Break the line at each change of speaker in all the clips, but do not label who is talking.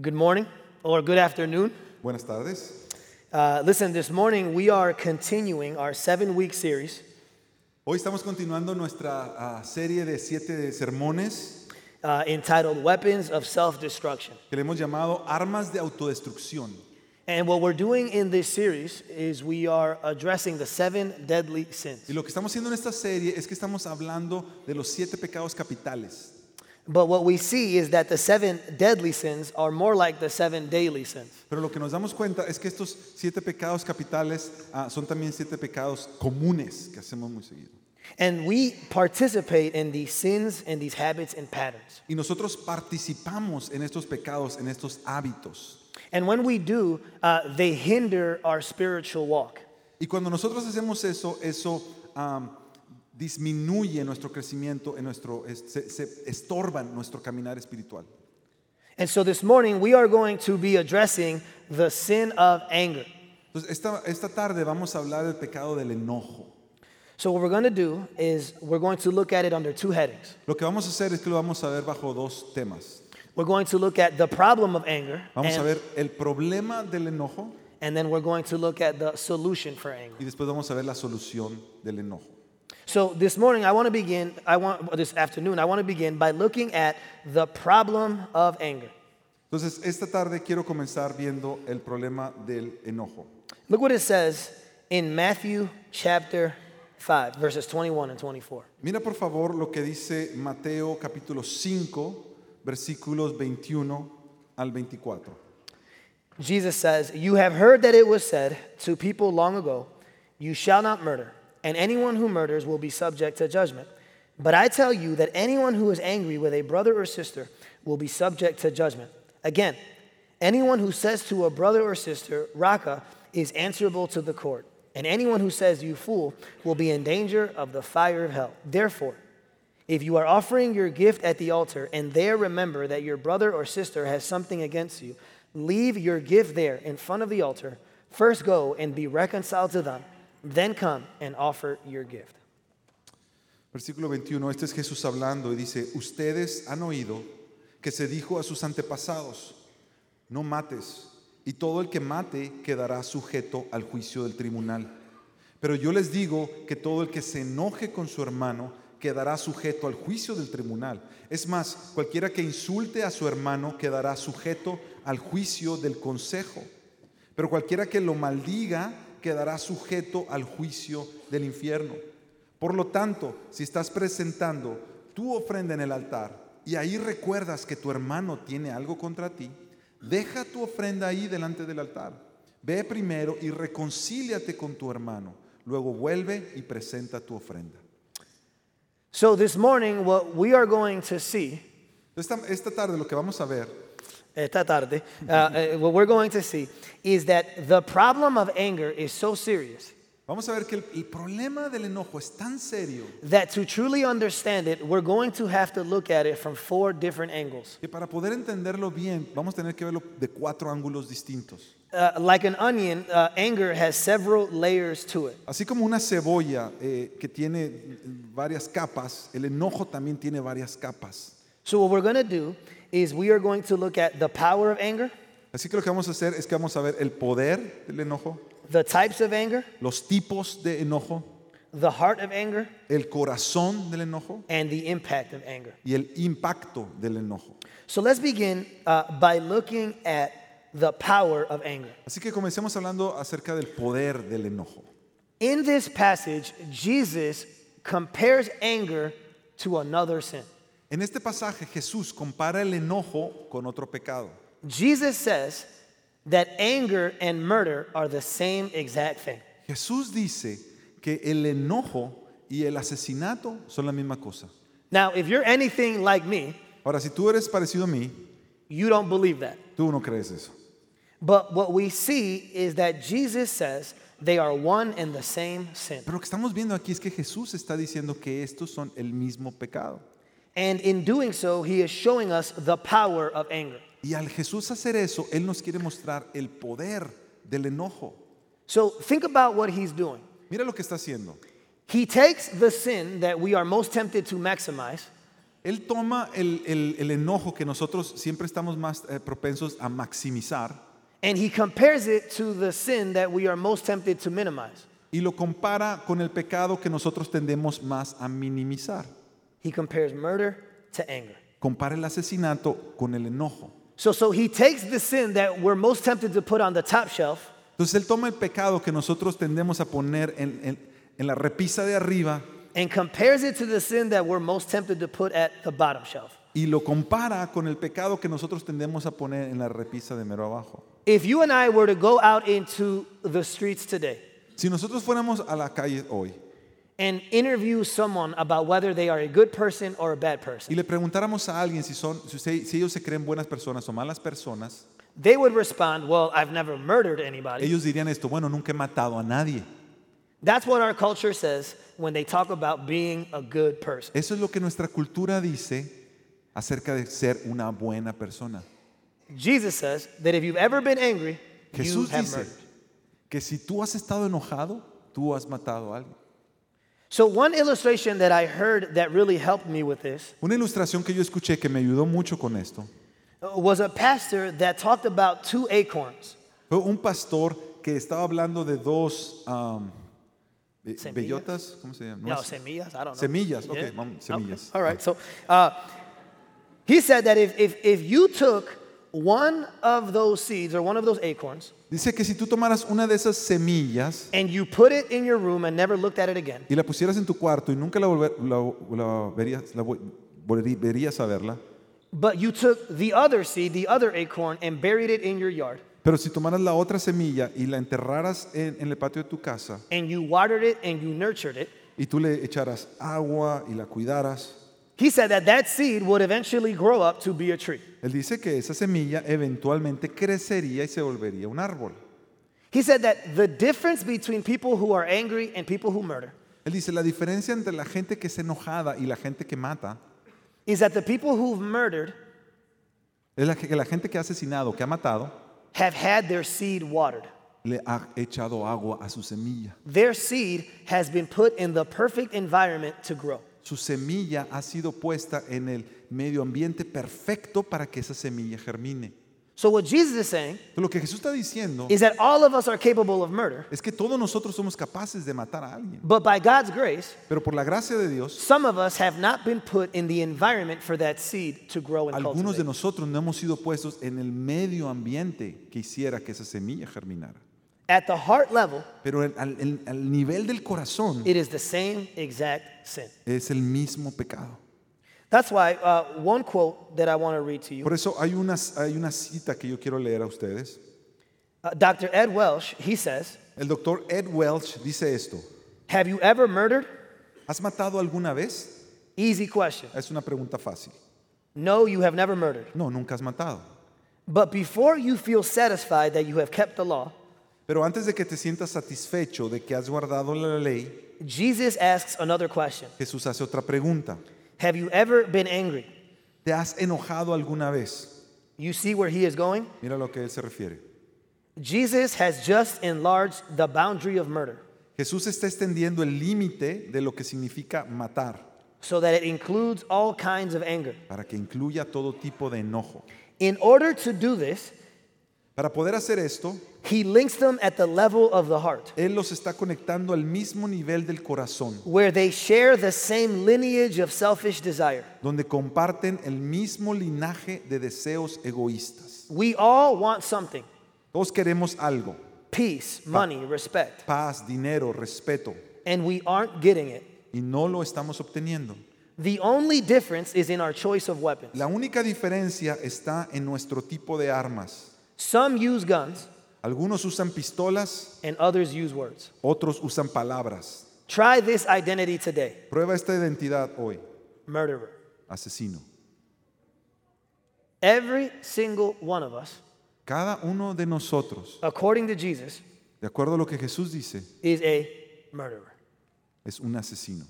Good morning or good afternoon.
Buenas tardes.
Uh, listen, this morning we are continuing our seven week series
Hoy estamos continuando nuestra ah, serie de siete sermones
uh, entitled Weapons of Self Destruction.
que le hemos llamado Armas de Autodestrucción.
And what we're doing in this series is we are addressing the seven deadly
Y
sins.
lo que estamos haciendo en esta serie es que estamos hablando de los siete pecados capitales.
But what we see is that the seven deadly sins are more like the seven daily sins.
Pero lo que nos damos cuenta es que estos siete pecados capitales ah, son también siete pecados comunes que hacemos muy seguido.
And we participate in these sins and these habits and patterns.
Y nosotros participamos en estos pecados, en estos hábitos.
And when we do, uh, they hinder our spiritual walk.
Y cuando nosotros hacemos eso, eso ah, disminuye nuestro crecimiento, en nuestro, es- se, se estorban nuestro caminar espiritual.
And so this morning, we are going to be addressing the sin of anger.
Entonces, esta, esta tarde vamos a hablar del pecado del enojo.
So, what we're going to do is we're going to look at it under two headings.
Lo que vamos a hacer es que lo vamos a ver bajo dos temas.
We're going to look at the problem of anger,
Vamos a
and,
ver el problema del enojo
and then we're going to look at the solution for anger.
y después vamos a ver la solución del enojo.
So, this morning, I want to begin, I want, this afternoon, I want to begin by looking at the problem of anger.
Entonces, esta tarde quiero comenzar viendo el problema del enojo.
Look what it says in Matthew chapter 5, verses 21 and 24.
Mira por favor lo que dice Mateo capítulo 5, versículos 21 al 24.
Jesus says, You have heard that it was said to people long ago, You shall not murder, and anyone who murders will be subject to judgment. But I tell you that anyone who is angry with a brother or sister will be subject to judgment. Again, anyone who says to a brother or sister, Raka, is answerable to the court. And anyone who says, You fool, will be in danger of the fire of hell. Therefore, if you are offering your gift at the altar and there remember that your brother or sister has something against you, leave your gift there in front of the altar. First go and be reconciled to them, then come and offer your gift.
Versículo 21, este es Jesús hablando y dice, ustedes han oído que se dijo a sus antepasados, no mates, y todo el que mate quedará sujeto al juicio del tribunal. Pero yo les digo que todo el que se enoje con su hermano quedará sujeto al juicio del tribunal. Es más, cualquiera que insulte a su hermano quedará sujeto al juicio del consejo. Pero cualquiera que lo maldiga quedará sujeto al juicio del infierno. Por lo tanto, si estás presentando tu ofrenda en el altar y ahí recuerdas que tu hermano tiene algo contra ti, deja tu ofrenda ahí delante del altar. Ve primero y reconcíliate con tu hermano. Luego vuelve y presenta tu ofrenda.
So, this morning, what we are going to see,
Esta, esta tarde lo que vamos a ver
esta tarde, uh, uh, what we're going to see is that the problem of anger is so serious
Vamos a ver que el, el problema del enojo es tan serio
that to truly understand it, we're going to have to look at it from four different angles.
que para poder entenderlo bien vamos a tener que verlo de cuatro ángulos distintos.
Uh, like an onion, uh, anger has several layers to it.
Así como una cebolla eh, que tiene eh, varias capas, el enojo también tiene varias capas.
So, what we're going to do is we are going to look at the power of anger,
Así que lo que vamos a hacer es que vamos a ver el poder del enojo,
the types of anger,
los tipos de enojo,
the heart of anger,
el corazón del enojo
and the impact of anger.
y el impacto del enojo.
So, let's begin uh, by looking at the power of anger.
Así que comencemos hablando acerca del poder del enojo.
In this passage, Jesus compares anger to another sin.
En este pasaje Jesús compara el enojo con otro pecado.
Jesus says that anger and murder are the same exact thing.
Jesús dice que el enojo y el asesinato son la misma cosa.
Now, if you're anything like me,
Ahora, si tú eres parecido a mí,
you don't believe that.
tú no crees eso.
But what we see is that Jesus says they are one and the same sin.
Pero lo que estamos viendo aquí es que Jesús está diciendo que estos son el mismo pecado.
And in doing so, he is showing us the power of anger.
Y al Jesús hacer eso, Él nos quiere mostrar el poder del enojo.
So think about what he's doing.
Mira lo que está haciendo.
He takes the sin that we are most tempted to maximize
Él toma el, el- el enojo que nosotros siempre estamos más eh, propensos a maximizar
and he compares it to the sin that we are most tempted to minimize.
y lo compara con el pecado que nosotros tendemos más a minimizar.
He compares murder to anger.
Compara el asesinato con el enojo.
So, so he takes the sin that we're most tempted to put on the top shelf
Entonces Él toma el pecado que nosotros tendemos a poner en, en- en la repisa de arriba
and compares it to the sin that we're most tempted to put at the bottom shelf.
y lo compara con el pecado que nosotros tendemos a poner en la repisa de mero abajo.
If you and I were to go out into the streets today
Si nosotros fuéramos a la calle hoy
and interview someone about whether they are a good person or a bad
y
person,
le preguntáramos a alguien si, son, si, se- si ellos se creen buenas personas o malas personas,
they would respond, Well, I've never murdered anybody.
ellos dirían esto, bueno, nunca he matado a nadie.
That's what our culture says when they talk about being a good person.
Eso es lo que nuestra cultura dice acerca de ser una buena persona.
Jesus says that if you've ever been angry, you
Jesús
have
dice
murdered.
que si tú has estado enojado, tú has matado a alguien.
So, one illustration that I heard that really helped me with this
Una ilustración que yo escuché que me ayudó mucho con esto
uh, was a pastor that talked about two acorns.
fue un pastor que estaba hablando de dos um, be-
Semillas.
bellotas, ¿cómo se llama?
No,
Nueces.
semillas, I don't know.
Semillas, ok,
Yeah?
vamos, semillas.
All right, so uh, he said that if, if, if you took one of those seeds or one of those acorns
Dice que si tú tomaras una de esas semillas
and you put it in your room and never looked at it again,
y la pusieras en tu cuarto y nunca la, volver- la- la verías, la vol- volverías a verla,
but you took the other seed, the other acorn, and buried it in your yard,
pero si tomaras la otra semilla y la enterraras en, en el patio de tu casa
and you watered it and you nurtured it,
y tú le echaras agua y la cuidaras,
he said that that seed would eventually grow up to be a tree.
él dice que esa semilla eventualmente crecería y se volvería un árbol.
He said that the difference between people who are angry and people who murder
Él dice, la diferencia entre la gente que es enojada y la gente que mata
is that the people who've murdered
es la que la gente que ha asesinado, que ha matado,
have had their seed watered.
le ha echado agua a su semilla.
Their seed has been put in the perfect environment to grow.
Su semilla ha sido puesta en el medio ambiente perfecto para que esa semilla germine.
So, what Jesus is saying
Entonces, Lo que Jesús está diciendo
is that all of us are capable of murder,
es que todos nosotros somos capaces de matar a alguien,
but by God's grace,
pero por la gracia de Dios,
some of us have not been put in the environment for that seed to grow and
algunos de
cultivate.
nosotros no hemos sido puestos en el medio ambiente que hiciera que esa semilla germinara.
At the heart level,
Pero el- al- el- al nivel del corazón
it is the same exact sin.
es el mismo pecado.
That's why uh, one quote that I want to read to you
Por eso hay una, hay una cita que yo quiero leer a ustedes.
uh, Dr. Ed Welsh, he says,
El doctor Ed Welch dice esto.
Have you ever murdered?
¿Has matado alguna vez?
Easy question.
Es una pregunta fácil.
No, you have never murdered.
No, nunca has matado.
But before you feel satisfied that you have kept the law,
Pero antes de que te sientas satisfecho de que has guardado la ley,
Jesus asks another question
Jesús hace otra pregunta.
Have you ever been angry?
¿Te has enojado alguna vez?
You see where he is going?
Mira a lo que él se refiere.
Jesus has just enlarged the boundary of murder
Jesús está extendiendo el límite de lo que significa matar
so that it includes all kinds of anger.
para que incluya todo tipo de enojo.
In order to do this,
Para poder hacer esto,
he links them at the level of the heart,
Él los está conectando al mismo nivel del corazón.
where they share the same lineage of selfish desire.
donde comparten el mismo linaje de deseos egoístas.
We all want something
Todos queremos algo,
peace, money, respect,
paz, dinero, respeto,
and we aren't getting it.
y no lo estamos obteniendo.
The only difference is in our choice of weapons.
La única diferencia está en nuestro tipo de armas.
Some use guns
Algunos usan pistolas,
and others use words.
otros usan palabras.
Try this identity today
Prueba esta identidad hoy,
murderer.
asesino.
Every single one of us,
Cada uno de nosotros,
according to Jesus,
de acuerdo a lo que Jesús dice,
is a murderer.
es un asesino.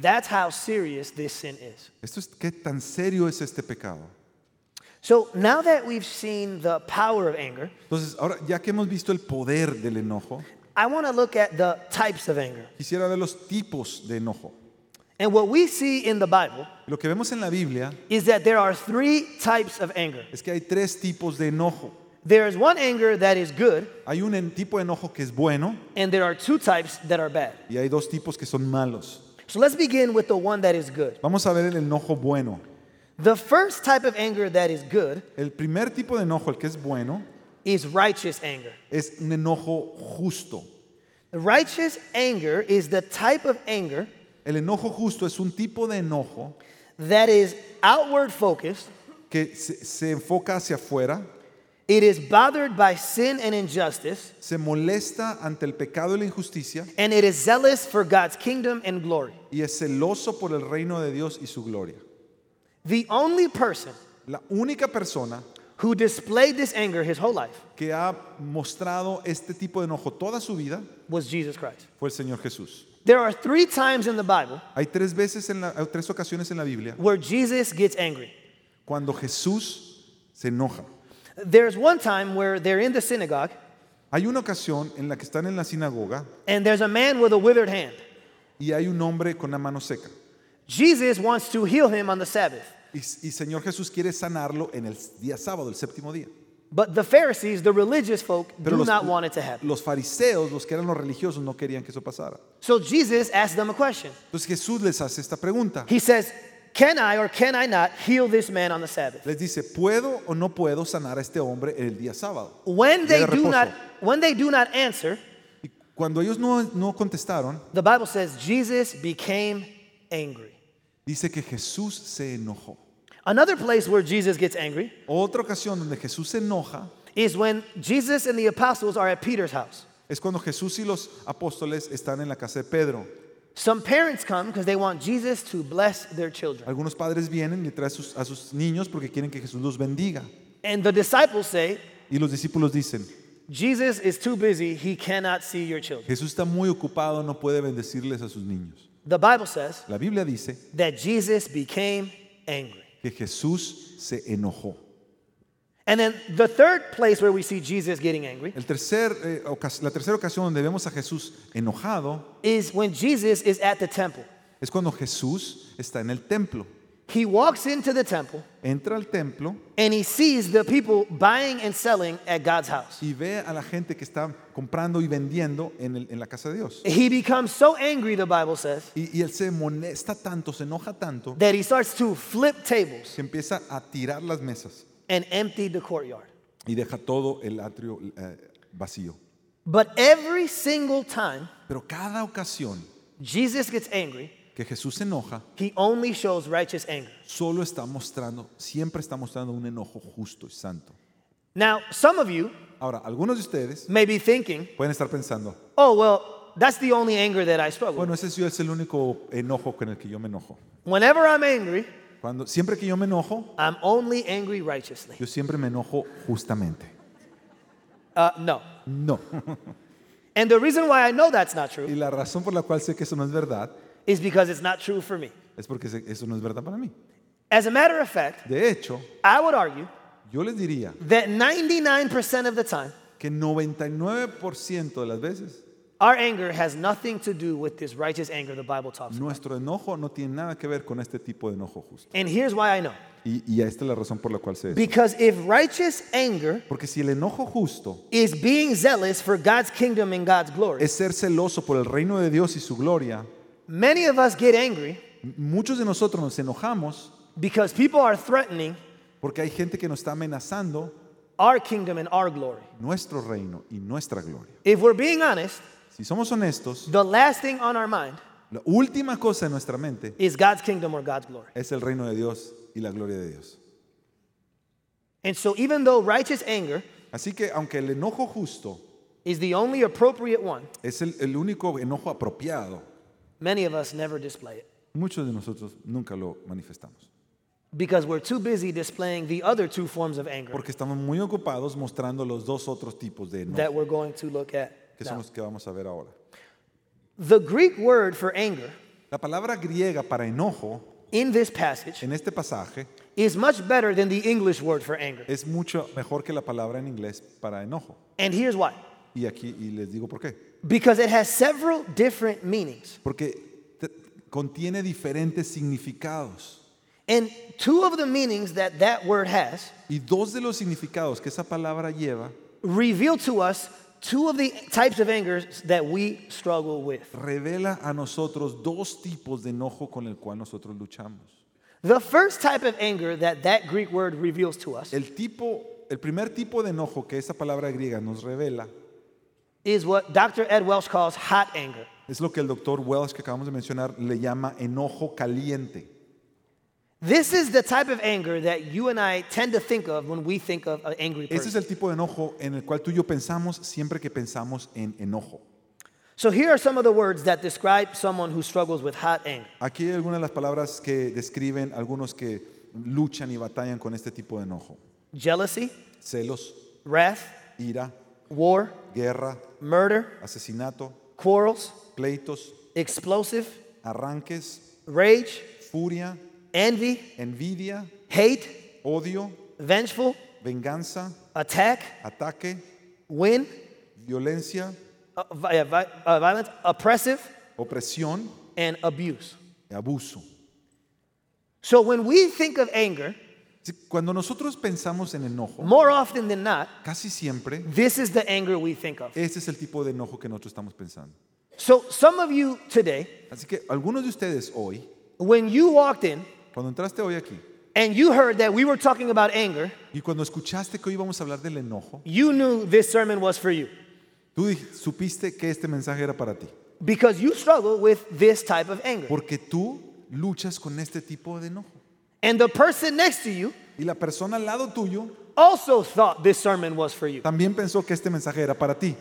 That's how serious this sin is.
Esto es qué tan serio es este pecado.
So now that we've seen the power of anger,
Entonces, ahora ya que hemos visto el poder del enojo,
I want to look at the types of anger.
Quisiera ver los tipos de enojo.
And what we see in the Bible
Lo que vemos en la Biblia
is that there are three types of anger.
es que hay tres tipos de enojo.
There is one anger that is good,
Hay un en- tipo de enojo que es bueno
and there are two types that are bad.
y hay dos tipos que son malos.
So let's begin with the one that is good.
Vamos a ver el enojo bueno.
The first type of anger that is good
El primer tipo de enojo, el que es bueno,
is righteous anger.
es un enojo justo.
Righteous anger is the type of anger
El enojo justo es un tipo de enojo
that is outward focused,
que se, se enfoca hacia afuera,
it is bothered by sin and injustice,
se molesta ante el pecado y la injusticia
and it is zealous for God's kingdom and glory.
y es celoso por el reino de Dios y su gloria.
The only person
La única persona
who displayed this anger his whole life
que ha mostrado este tipo de enojo toda su vida
was Jesus Christ.
fue el Señor Jesús.
There are three times in the Bible
Hay tres veces en la, hay tres ocasiones en la Biblia
where Jesus gets angry.
cuando Jesús se enoja.
There's one time where they're in the synagogue
Hay una ocasión en la que están en la sinagoga
and there's a man with a withered hand.
y hay un hombre con la mano seca.
Jesus wants to heal him on the Sabbath,
Y, y Señor Jesús quiere sanarlo en el día sábado, el séptimo día.
but the Pharisees, the religious folk,
Pero
do
los,
not want it to happen.
los fariseos, los que eran los religiosos, no querían que eso pasara.
So Jesus asked them a question.
Entonces Jesús les hace esta pregunta.
He says, Can I or can I not heal this man on the Sabbath?
Les dice, ¿puedo o no puedo sanar a este hombre en el día sábado?
When they
Día de
do
reposo.
not when they do not answer,
Y cuando ellos no, no contestaron,
the Bible says Jesus became angry.
dice que Jesús se enojó.
Another place where Jesus gets angry
Otra ocasión donde Jesús se enoja
is when Jesus and the apostles are at Peter's house.
es cuando Jesús y los apóstoles están en la casa de Pedro.
Some parents come because they want Jesus to bless their children.
Algunos padres vienen y traen a sus, a sus niños porque quieren que Jesús los bendiga.
And the disciples say,
Y los discípulos dicen,
Jesus is too busy, he cannot see your children.
Jesús está muy ocupado, no puede bendecirles a sus niños.
The Bible says
La Biblia dice
that Jesus became angry.
que Jesús se enojó.
And then the third place where we see Jesus getting angry
El tercer, eh, ocas- la tercera ocasión donde vemos a Jesús enojado
is when Jesus is at the temple.
es cuando Jesús está en el templo.
He walks into the temple
Entra al templo
and he sees the people buying and selling at God's house.
y ve a la gente que está comprando y vendiendo en, el- en la casa de Dios.
He becomes so angry, the Bible says,
Y, y él se molesta tanto, se enoja tanto,
that he starts to flip tables
que empieza a tirar las mesas
and empty the courtyard.
y deja todo el atrio eh, vacío.
But every single time
Pero cada ocasión
Jesus gets angry,
que Jesús se enoja,
he only shows righteous anger.
solo está mostrando, siempre está mostrando un enojo justo y santo.
Now, some of you
Ahora, algunos de ustedes
may be thinking,
pueden estar pensando,
oh, well, that's the only anger that I struggle with.
bueno, ese sí es el único enojo con el que yo me enojo.
Whenever I'm angry,
Cuando, siempre que yo me enojo,
I'm only angry righteously.
yo siempre me enojo justamente.
Uh, no.
No.
And the reason why I know that's not true
Y la razón por la cual sé que eso no es verdad
is because it's not true for me.
es porque sé- eso no es verdad para mí.
As a matter of fact,
De hecho,
I would argue
yo les diría
that 99% of the time,
que 99% de las veces
our anger has nothing to do with this righteous anger the Bible talks about.
nuestro enojo no tiene nada que ver con este tipo de enojo justo.
And here's why I know.
Y, y esta es la razón por la cual sé eso.
Because if righteous anger
Porque si el enojo justo
is being zealous for God's kingdom and God's glory,
es ser celoso por el reino de Dios y su gloria.
many of us get angry
M- Muchos de nosotros nos enojamos
because people are threatening
porque hay gente que nos está amenazando
our kingdom and our glory.
nuestro reino y nuestra gloria.
If we're being honest,
Si somos honestos,
the last thing on our mind
la última cosa en nuestra mente
is God's kingdom or God's glory.
es el reino de Dios y la gloria de Dios.
And so, even though righteous anger
Así que aunque el enojo justo
is the only appropriate one,
es el, el único enojo apropiado,
many of us never display it
muchos de nosotros nunca lo manifestamos.
because we're too busy displaying the other two forms of anger
Porque estamos muy ocupados mostrando los dos otros tipos de enojo
that we're going to look at.
que
now.
son los que vamos a ver ahora.
The Greek word for anger
La palabra griega para enojo
in this passage
en este pasaje
is much better than the English word for anger.
es mucho mejor que la palabra en inglés para enojo.
And here's why
Y aquí y les digo por qué.
because it has several different meanings.
Porque te- co- contiene diferentes significados.
And two of the meanings that that word has
Y dos de los significados que esa palabra lleva
reveal to us two of the types of angers that we struggle with.
revela a nosotros dos tipos de enojo con el cual nosotros luchamos.
The first type of anger that that Greek word reveals to us
El tipo, el primer tipo de enojo que esa palabra griega nos revela
is what Dr. Ed Welsh calls hot anger.
es lo que el doctor Welsh que acabamos de mencionar le llama enojo caliente.
This is the type of anger that you and I tend to think of when we think of an angry
Este
person.
es el tipo de enojo en el cual tú y yo pensamos siempre que pensamos en enojo.
so here are some of the words that describe someone who struggles with hot anger.
Aquí hay algunas de las palabras que describen algunos que luchan y batallan con este tipo de enojo.
Jealousy,
Celos,
wrath,
ira,
war,
guerra,
murder,
asesinato,
quarrels,
pleitos,
explosive,
arranques,
rage,
furia,
envy,
envidia,
hate,
odio,
vengeful,
venganza,
attack,
ataque,
win,
violencia,
uh, vi- uh, vi- uh, violence, oppressive,
opresión,
and abuse.
y abuso.
So when we think of anger,
Sí, Cuando nosotros pensamos en enojo,
more often than not,
casi siempre
this is the anger we think of.
este es el tipo de enojo que nosotros estamos pensando.
So some of you today,
Así que algunos de ustedes hoy,
when you walked in
cuando entraste hoy aquí
and you heard that we were talking about anger,
y cuando escuchaste que hoy vamos a hablar del enojo,
you knew this sermon was for you
tú dij- supiste que este mensaje era para ti,
because you struggle with this type of anger.
porque tú luchas con este tipo de enojo.
And the person next to you
Y la persona al lado tuyo
also thought this sermon was for you.
también pensó que este mensaje era para ti.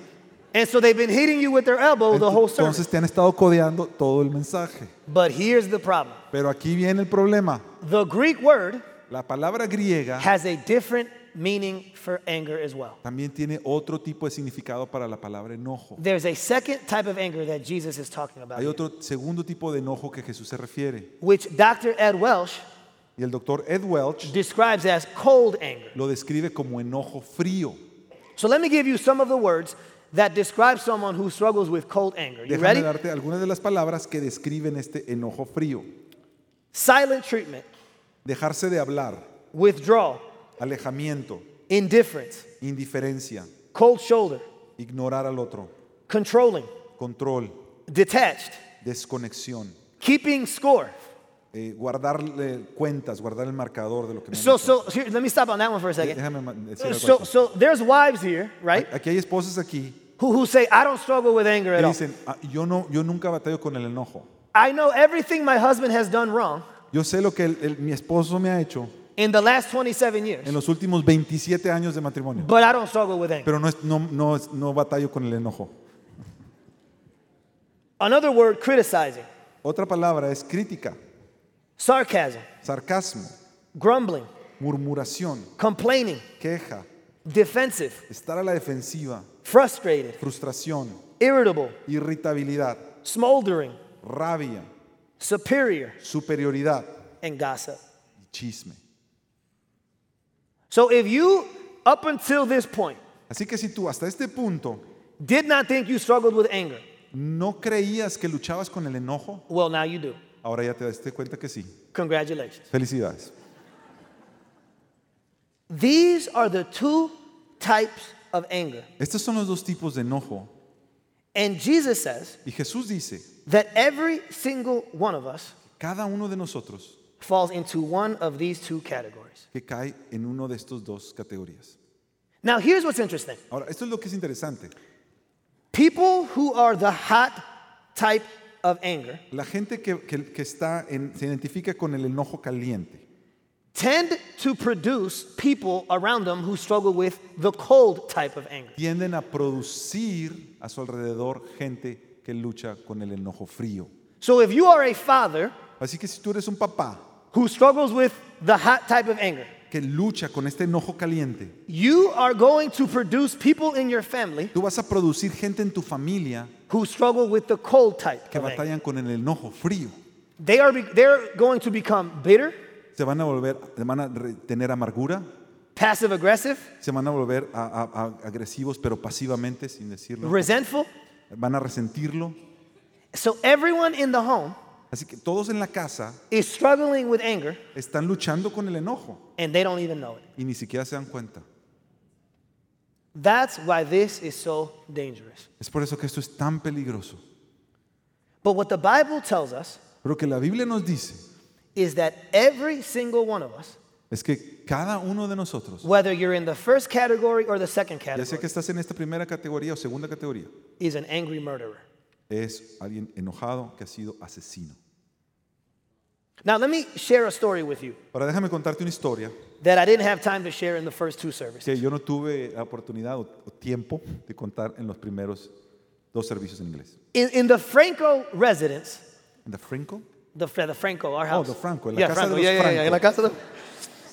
And so they've been hitting you with their elbow the whole sermon.
Entonces te han estado codeando todo el mensaje.
But here's the problem
Pero aquí viene el problema.
the Greek word
La palabra griega
has a different meaning for anger as well.
también tiene otro tipo de significado para la palabra enojo.
There's a second type of anger that Jesus is talking about,
Hay
here,
otro segundo tipo de enojo que Jesús se refiere.
which Dr. Ed Welsh
Y el doctor Ed Welch
describes as cold anger.
lo describe como enojo frío.
So let me give you some of the words that describe someone who struggles with cold anger. You
Déjame
ready?
darte algunas de las palabras que describen este enojo frío.
Silent treatment,
Dejarse de hablar,
withdrawal,
alejamiento,
indifference,
indiferencia,
cold shoulder,
ignorar al otro,
controlling,
control,
detached,
desconexión,
keeping score.
eh, guardarle cuentas, guardar el marcador de lo que me han
So,
hecho.
so here, let me stop on that one for a second.
Déjame ma- decir algo
So,
aquí.
so there's wives here, right,
Aquí hay esposas aquí
who, who say, I don't struggle with anger
que
at all.
dicen, "Ah, yo, no, yo nunca batallo con el enojo.
I know everything my husband has done wrong
Yo sé lo que el- el- mi esposo me ha hecho
in the last 27 years,
en los últimos 27 años de matrimonio,
but I don't struggle with anger.
pero no, es- no, no, es- no batallo con el enojo.
Another word, criticizing,
Otra palabra es crítica,
sarcasm,
sarcasmo,
grumbling,
murmuración,
complaining,
queja,
defensive,
estar a la defensiva,
frustrated,
frustración,
irritable,
irritabilidad,
smoldering,
rabia,
superior,
superioridad
and gossip.
y chisme.
So if you, up until this point,
Así que si tú hasta este punto
did not think you struggled with anger,
no creías que luchabas con el enojo,
well, now you do.
ahora ya te das cuenta que sí.
Congratulations.
Felicidades.
These are the two types of anger.
Estos son los dos tipos de enojo.
And Jesus says
Y Jesús dice,
that every single one of us
cada uno de nosotros
falls into one of these two categories.
que cae en uno de estos dos categorías.
Now, here's what's interesting
Ahora, esto es lo que es interesante.
people who are the hot type of anger
La gente que, que- que está en- se identifica con el enojo caliente
tend to produce people around them who struggle with the cold type of anger.
tienden a producir a su alrededor gente que lucha con el enojo frío.
So, if you are a father
Así que si tú eres un papá
who struggles with the hot type of anger,
que lucha con este enojo caliente,
you are going to produce people in your family
tú vas a producir gente en tu familia
who struggle with the cold type
que
of anger.
batallan con el enojo frío.
They are be- they're going to become bitter,
Se van a volver, se van a re- tener amargura,
passive aggressive,
se van a volver a- a- a- agresivos, pero pasivamente, sin decirlo.
resentful.
Van a resentirlo.
So everyone in the home
Así que todos en la casa
is struggling with anger
están luchando con el enojo
and they don't even know it.
y ni siquiera se dan cuenta.
That's why this is so dangerous.
Es por eso que esto es tan peligroso.
But what the Bible tells us
Pero que la Biblia nos dice
is that every single one of us,
es que cada uno de nosotros,
whether you're in the first category or the second
ya sea
category,
que estás en esta primera categoría o segunda categoría,
is an angry murderer.
es alguien enojado que ha sido asesino.
Now, let me share a story with you
Ahora déjame contarte una historia
that I didn't have time to share in the first two services.
que yo no tuve la oportunidad o, o tiempo de contar en los primeros dos servicios en inglés.
In, in the Franco residence,
¿En the Franco?
the, Fra- the Franco, our house.
Oh, the Franco, en la
yeah,
casa de
Franco.
los
yeah, yeah, yeah,
Franco.
en la casa de-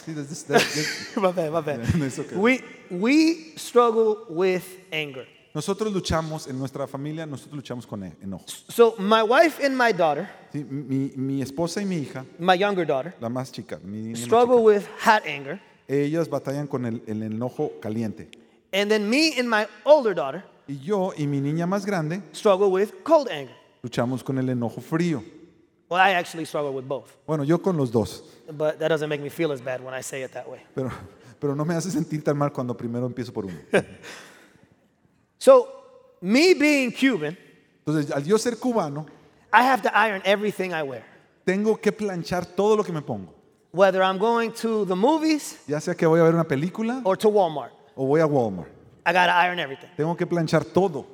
Sí, that's- that's- that's-
my bad, my bad.
It's okay.
We, we struggle with anger.
Nosotros luchamos en nuestra familia, nosotros luchamos con e- enojo.
So, my wife and my daughter,
Sí, mi, mi esposa y mi hija,
my younger daughter,
la más chica, mi niña más
struggle
chica,
with hot anger.
ellas batallan con el, el enojo caliente.
And then me and my older daughter
Y yo y mi niña más grande
struggle with cold anger.
luchamos con el enojo frío.
Well, I actually struggle with both,
Bueno, yo con los dos,
but that doesn't make me feel as bad when I say it that way.
pero, pero no me hace sentir tan mal cuando primero empiezo por uno.
So, me being Cuban,
Entonces, al yo ser cubano,
I have to iron everything I wear.
tengo que planchar todo lo que me pongo.
Whether I'm going to the movies
Ya sea que voy a ver una película
or to Walmart,
o voy a Walmart.
I gotta iron everything.
Tengo que planchar todo.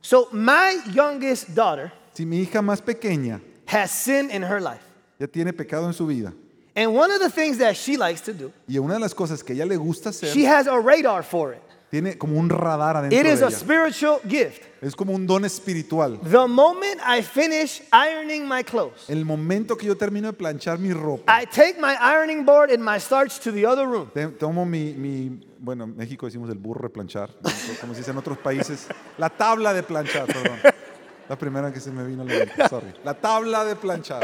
So, my youngest daughter
Si mi hija más pequeña
has sin in her life.
ya tiene pecado en su vida
And one of the things that she likes to do,
y una de las cosas que a ella le gusta hacer,
she has a radar for it.
tiene como un radar adentro
It
de
is a
ella.
spiritual gift.
Es como un don espiritual.
The moment I finish ironing my clothes,
El momento que yo termino de planchar mi ropa,
I take my ironing board and my starch to the other room.
Te- Tomo mi, mi- bueno, en México decimos el burro de planchar, ¿no? como se dice en otros países, la tabla de planchar, perdón. La primera que se me vino a la mente, sorry. La tabla de planchar.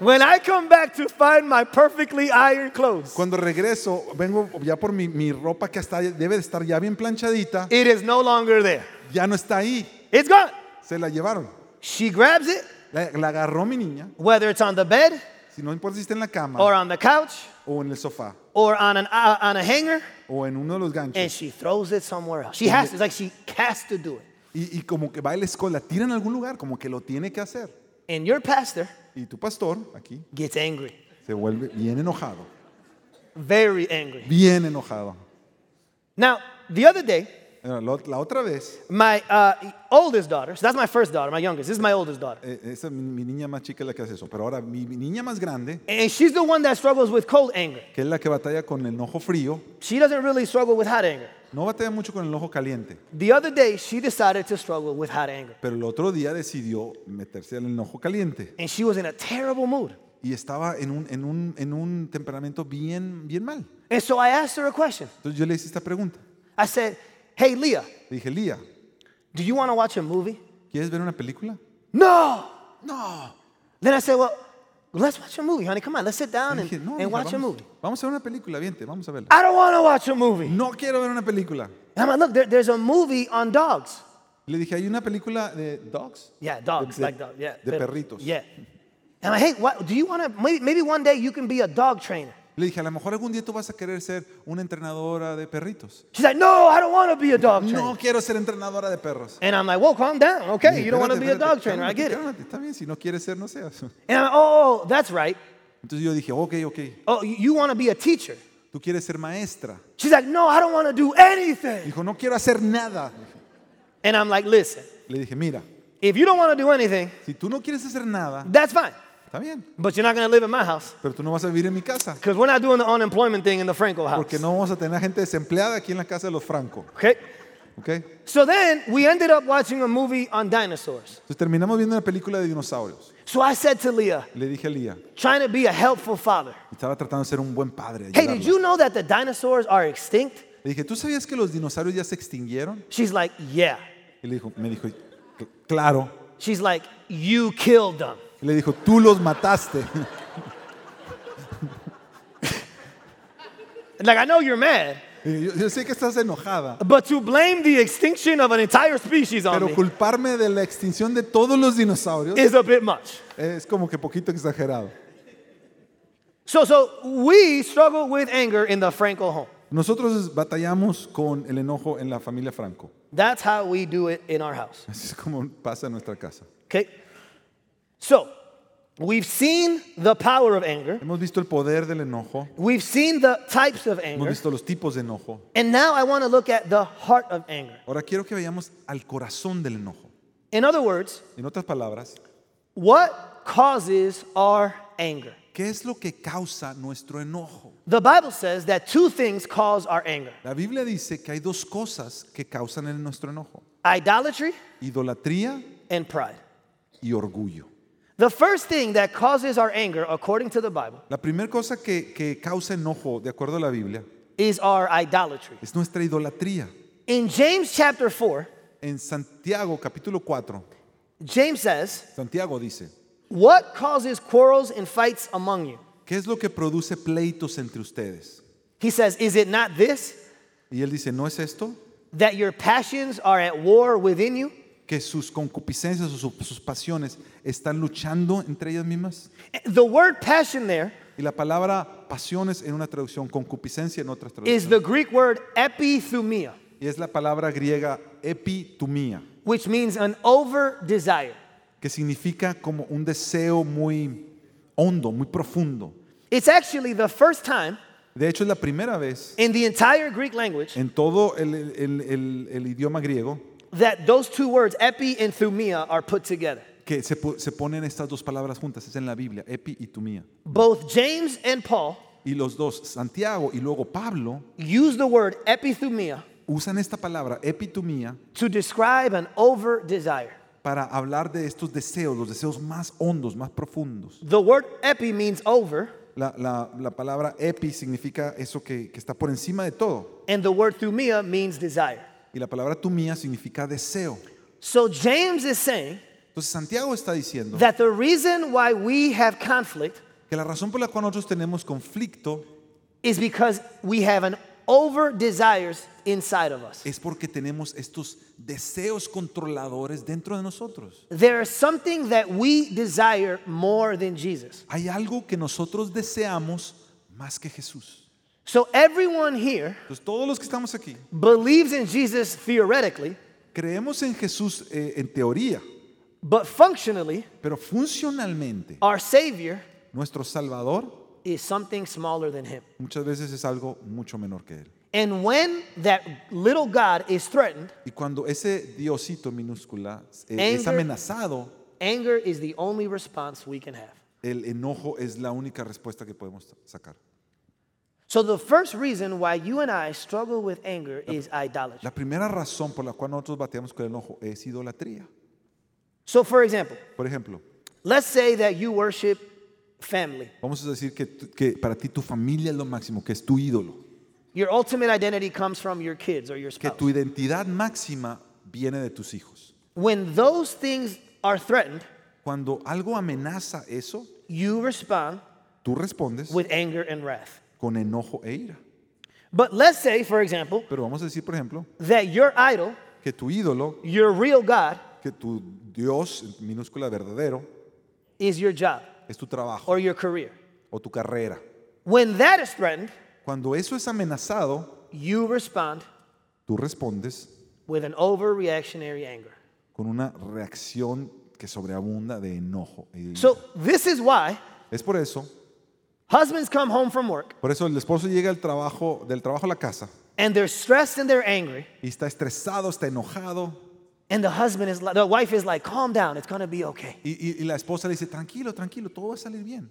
When I come back to find my perfectly ironed clothes,
Cuando regreso, vengo ya por mi, mi ropa que hasta debe de estar ya bien planchadita,
it is no longer there.
ya no está ahí,
It's gone.
se la llevaron.
She grabs it,
La, la agarró mi niña,
whether it's on the bed
si no importa si está en la
or
cama
on the couch
o en el sofá
or on, an, uh, on a hanger,
o en uno de los
and
ganchos.
she throws it somewhere else. She has to, it's like she has to do it.
Y, y como que va a la escuela, tira en algún lugar, como que lo tiene que hacer.
And your pastor
Y tu pastor, aquí,
gets angry,
se vuelve bien enojado,
very angry.
bien enojado.
Now, the other day,
Bueno, La, ot- la otra vez,
my uh, oldest daughter, so that's my first daughter, my youngest, this is my oldest daughter.
eh, esa es mi, mi niña más chica es la que hace eso, pero ahora mi, mi niña más grande,
And she's the one that struggles with cold anger.
que es la que batalla con el enojo frío,
She doesn't really struggle with hot anger.
no batalla mucho con el enojo caliente,
The other day, she decided to struggle with hot anger.
pero el otro día decidió meterse al enojo caliente
And she was in a terrible mood.
y estaba en un, en un, en un temperamento bien, bien mal.
And so I asked her a question.
Entonces yo le hice esta pregunta.
I said, Hey, Leah,
Le dije, Lía,
do you want to watch a movie?
¿quieres ver una película?
No.
No.
Then I said, Well, let's watch a movie, honey. Come on, let's sit down
Le
and,
dije, no,
and
mija,
watch a
vamos,
movie.
vamos a ver una película, viente, vamos a verla.
I don't want to watch a movie.
No quiero ver una película.
And I'm like, Look, there, there's a movie on dogs.
Le dije, ¿hay una película de dogs?
Yeah, dogs,
de,
like dogs. Yeah,
de
per-
perritos.
Yeah. And I'm like, Hey, what, do you want to? Maybe, maybe one day you can be a dog trainer.
Le dije, a lo mejor algún día tú vas a querer ser una entrenadora de perritos.
She's like, No, I don't want to be a dog trainer.
No quiero ser entrenadora de perros.
And I'm like, Well, calm down. Okay,
Dije,
you don't want to
"Espérate,
be a
espérate,
dog trainer. I
cálmate,
get it.
cálmate, está bien, si no quieres ser, no seas.
And I'm like, oh, oh, that's right.
Entonces yo dije, ok, ok,
Oh, you, you want to be a teacher?
tú quieres ser maestra.
She's like, no, I don't want to do anything.
Dijo, no quiero hacer nada.
And I'm like, listen,
Le dije, mira,
if you don't want to do anything,
si tú no quieres hacer nada,
that's fine.
está bien,
But you're not going to live in my house
pero tú no vas a vivir en mi casa.
because we're not doing the unemployment thing in the Franco house.
Porque no vamos a tener gente desempleada aquí en la casa de los Franco.
Okay?
¿ok? Entonces
So then we ended up watching a movie on dinosaurs.
terminamos viendo una película de dinosaurios.
So I said to Leah,
Le dije a Lía,
trying to be a helpful father,
estaba tratando de ser un buen padre.
hey,
ayudarla.
did you know that the dinosaurs are extinct?
Le dije, ¿tú sabías que los dinosaurios ya se extinguieron?
She's like, yeah.
Y le dijo, me dijo, "Cl- claro.
She's like, you killed them.
Y le dijo, tú los mataste.
Like, I know you're mad,
Yo, yo sé que estás enojada,
But to blame the extinction of an entire species on
pero
me
culparme de la extinción de todos los dinosaurios
is a bit much.
es como que poquito exagerado.
So, so we struggle with anger in the Franco home.
Nosotros batallamos con el enojo en la familia Franco.
That's how we do it in our house.
Así es como pasa en nuestra casa.
Okay? So, we've seen the power of anger.
Hemos visto el poder del enojo,
We've seen the types of
hemos
anger.
visto los tipos de enojo.
And now I want to look at the heart of anger.
Ahora quiero que vayamos al corazón del enojo.
In other words,
En otras palabras,
what causes our anger?
¿qué es lo que causa nuestro enojo?
The Bible says that two things cause our anger
La Biblia dice que hay dos cosas que causan el- nuestro enojo,
idolatry
idolatría
and pride.
y orgullo.
The first thing that causes our anger, according to the Bible,
La primera cosa que, que causa enojo, de acuerdo a la Biblia,
is our idolatry.
es nuestra idolatría.
In James chapter 4,
En Santiago capítulo 4,
James says,
Santiago dice,
What causes quarrels and fights among you?
¿qué es lo que produce pleitos entre ustedes?
He says, Is it not this,
Y él dice, ¿no es esto?
that your passions are at war within you?
Que sus concupiscencias o su- sus pasiones están luchando entre ellas mismas.
The word passion there
Y la palabra pasiones en una traducción, concupiscencia en otras
is
traducciones.
the Greek word epithumia,
Y es la palabra griega epitumía,
which means an over desire.
que significa como un deseo muy hondo, muy profundo.
It's actually the first time
De hecho, es la primera vez
in the entire Greek language
en todo el, el- el- el idioma griego
that those two words, epi and thumia, are put together.
que se, po- se ponen estas dos palabras juntas. Es en la Biblia, epi y tumía.
Both James and Paul
Y los dos, Santiago y luego Pablo,
use the word epithumia
usan esta palabra, epitumía,
to describe an over desire.
para hablar de estos deseos, los deseos más hondos, más profundos.
The word epi means over,
La, la- la palabra epi significa eso que, que está por encima de todo.
and the word thumia means desire.
Y la palabra tumía significa deseo.
So James is saying
Entonces Santiago está diciendo
that the reason why we have conflict
que la razón por la cual nosotros tenemos conflicto
is because we have an over desires inside of us.
es porque tenemos estos deseos controladores dentro de nosotros.
There is something that we desire more than Jesus.
Hay algo que nosotros deseamos más que Jesús.
So everyone here
Entonces todos los que estamos aquí
believes in Jesus theoretically,
creemos en Jesús eh, en teoría,
but functionally,
pero funcionalmente
our Savior
nuestro Salvador
is something smaller than Him.
muchas veces es algo mucho menor que Él.
And when that little God is threatened,
Y cuando ese diosito minúscula eh, es
Anger.
amenazado,
anger is the only response we can have.
el enojo es la única respuesta que podemos sacar.
So the first reason why you and I struggle with anger is idolatry.
La primera razón por la cual nosotros bateamos con el enojo es idolatría.
So for example,
Por ejemplo,
let's say that you worship family.
vamos a decir que, tú- que para ti tu familia es lo máximo, que es tu ídolo,
Your ultimate identity comes from your kids or your
que
spouse.
tu identidad máxima viene de tus hijos.
When those things are threatened,
Cuando algo amenaza eso,
you respond
tú respondes
with anger and wrath.
con enojo e ira.
But let's say, for example,
Pero vamos a decir, por ejemplo,
that your idol,
que tu ídolo,
your real God,
que tu Dios, en minúscula verdadero,
is your job
es tu trabajo
or your career.
o tu carrera.
When that is threatened,
Cuando eso es amenazado,
you respond
tú respondes
with an overreactionary anger.
con una reacción que sobreabunda de enojo. e ira.
So, this is why
es por eso,
husbands come home from work
por eso el esposo llega al trabajo, del trabajo a la casa
and they're stressed and they're angry.
y está estresado, está enojado
And the husband is like, the wife is like, calm down, it's gonna be okay.
y, y- y la esposa le dice, tranquilo, tranquilo, todo va a salir bien.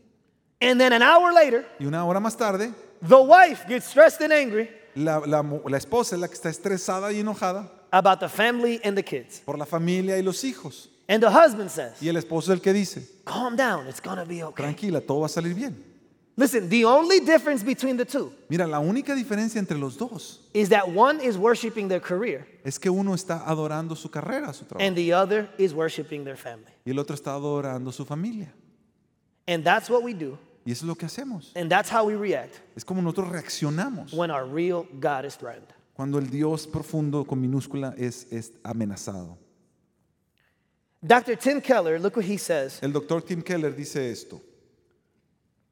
And then an hour later,
Y una hora más tarde,
the wife gets stressed and angry
la, la mu- la esposa es la que está estresada y enojada
about the family and the kids.
por la familia y los hijos.
And the husband says,
Y el esposo es el que dice,
calm down, it's gonna be okay.
tranquila, todo va a salir bien.
Listen, the only difference between the two
Mira, la única diferencia entre los dos
is that one is worshiping their career
es que uno está adorando su carrera, su trabajo.
and the other is worshiping their family.
y el otro está adorando su familia.
And that's what we do
Y eso es lo que hacemos.
And that's how we react
Es como nosotros reaccionamos
when our real God is threatened.
cuando el Dios profundo con minúscula es, es amenazado.
Dr. Tim Keller, look what he says.
El doctor Tim Keller dice esto.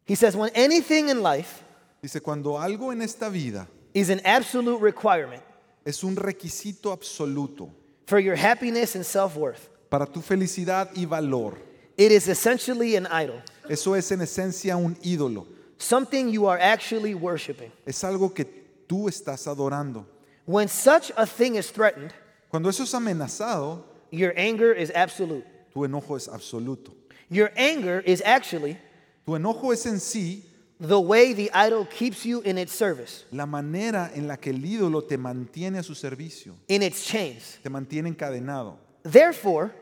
He says, when anything in life
Dice, cuando algo en esta vida
is an absolute requirement
es un requisito absoluto
for your happiness and self worth,
para tu felicidad y valor,
it is essentially an idol,
eso es en esencia un ídolo.
something you are actually worshiping.
Es algo que tú estás adorando.
When such a thing is threatened,
Cuando eso es amenazado,
your anger is absolute.
tu enojo es absoluto.
Your anger is actually
Tu enojo es en sí
the way the idol keeps you in its service,
la manera en la que el ídolo te mantiene a su servicio,
in its chains.
te mantiene encadenado.
Therefore,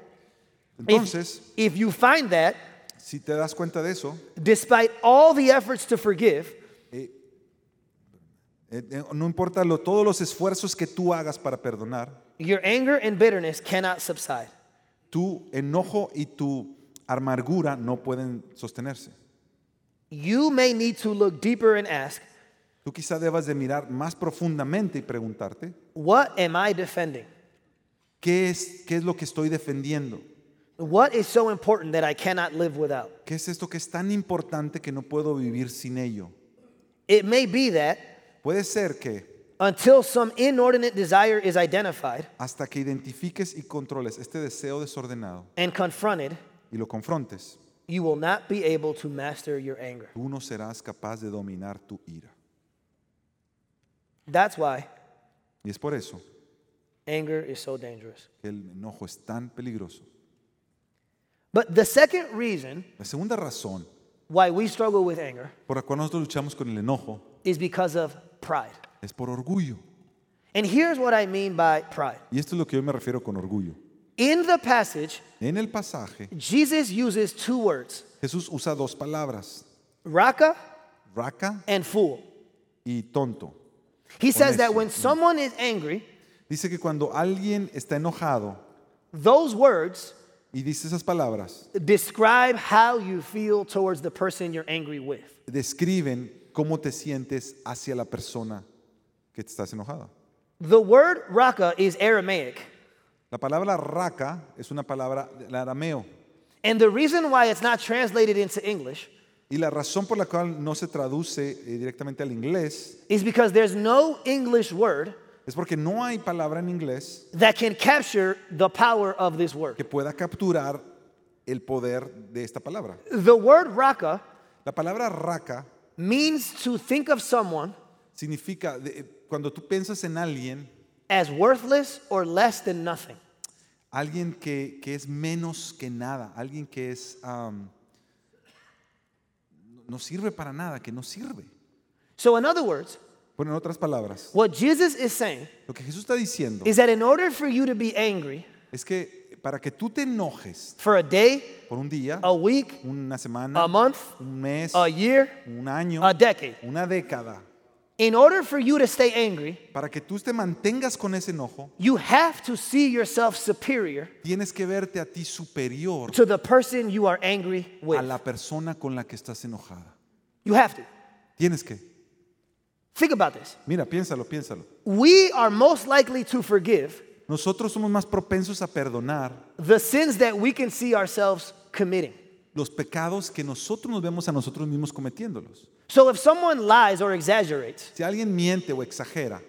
if,
Entonces,
if you find that,
si te das cuenta de eso,
despite all the efforts to forgive,
eh, eh, no importa lo- todos los esfuerzos que tú hagas para perdonar,
your anger and bitterness cannot subside.
tu enojo y tu amargura no pueden sostenerse.
You may need to look deeper and ask,
Tú quizá debas de mirar más profundamente y preguntarte,
what am I defending?
¿qué es, qué es lo que estoy defendiendo?
What is so important that I cannot live without?
¿Qué es esto que es tan importante que no puedo vivir sin ello?
It may be that
Puede ser que
until some inordinate desire is identified
hasta que identifiques y controles este deseo desordenado
and confronted,
y lo confrontes,
you will not be able to master your anger.
tú no serás capaz de dominar tu ira.
That's why
Y es por eso
anger is so dangerous.
que el enojo es tan peligroso.
But the second reason
La segunda razón
why we struggle with anger
por la cual nosotros luchamos con el enojo
is because of pride.
es por orgullo.
And here's what I mean by pride.
Y esto es lo que yo me refiero con orgullo.
In the passage,
En el pasaje,
Jesus uses two words,
Jesús usa dos palabras,
raka
raca
and fool.
y tonto.
He says that
Honesto.
when someone is angry,
Dice que cuando alguien está enojado
those words
y dice esas palabras,
describe how you feel towards the person you're angry with.
describen cómo te sientes hacia la persona que te estás enojada.
The word raka is Aramaic.
La palabra raca es una palabra del arameo
And the reason why it's not translated into English
y la razón por la cual no se traduce eh, directamente al inglés
is because there's no English word
es porque no hay palabra en inglés
that can capture the power of this
que
word.
pueda capturar el poder de esta palabra.
The word raka
La palabra raca
means to think of someone
significa de- eh, cuando tú piensas en alguien,
as worthless or less than nothing.
alguien que, que es menos que nada, alguien que es am, no- no sirve para nada, que no sirve.
So, in other words,
Bueno, en otras palabras,
what Jesus is saying
lo que Jesús está diciendo
is that in order for you to be angry
es que para que tú te enojes
for a day,
por un día,
a week,
una
a
semana,
month,
un mes,
a year,
un año,
a decade,
una década,
in order for you to stay angry,
para que tú te mantengas con ese enojo,
you have to see yourself superior
tienes que verte a ti superior
to the person you are angry
a
with.
la persona con la que estás enojada.
You have to.
Tienes que.
Think about this.
Mira, piénsalo, piénsalo.
We are most likely to forgive
Nosotros somos más propensos a perdonar
the sins that we can see ourselves committing.
los pecados que nosotros nos vemos a nosotros mismos cometiéndolos.
So if someone lies or exaggerates,
Si alguien miente o exagera,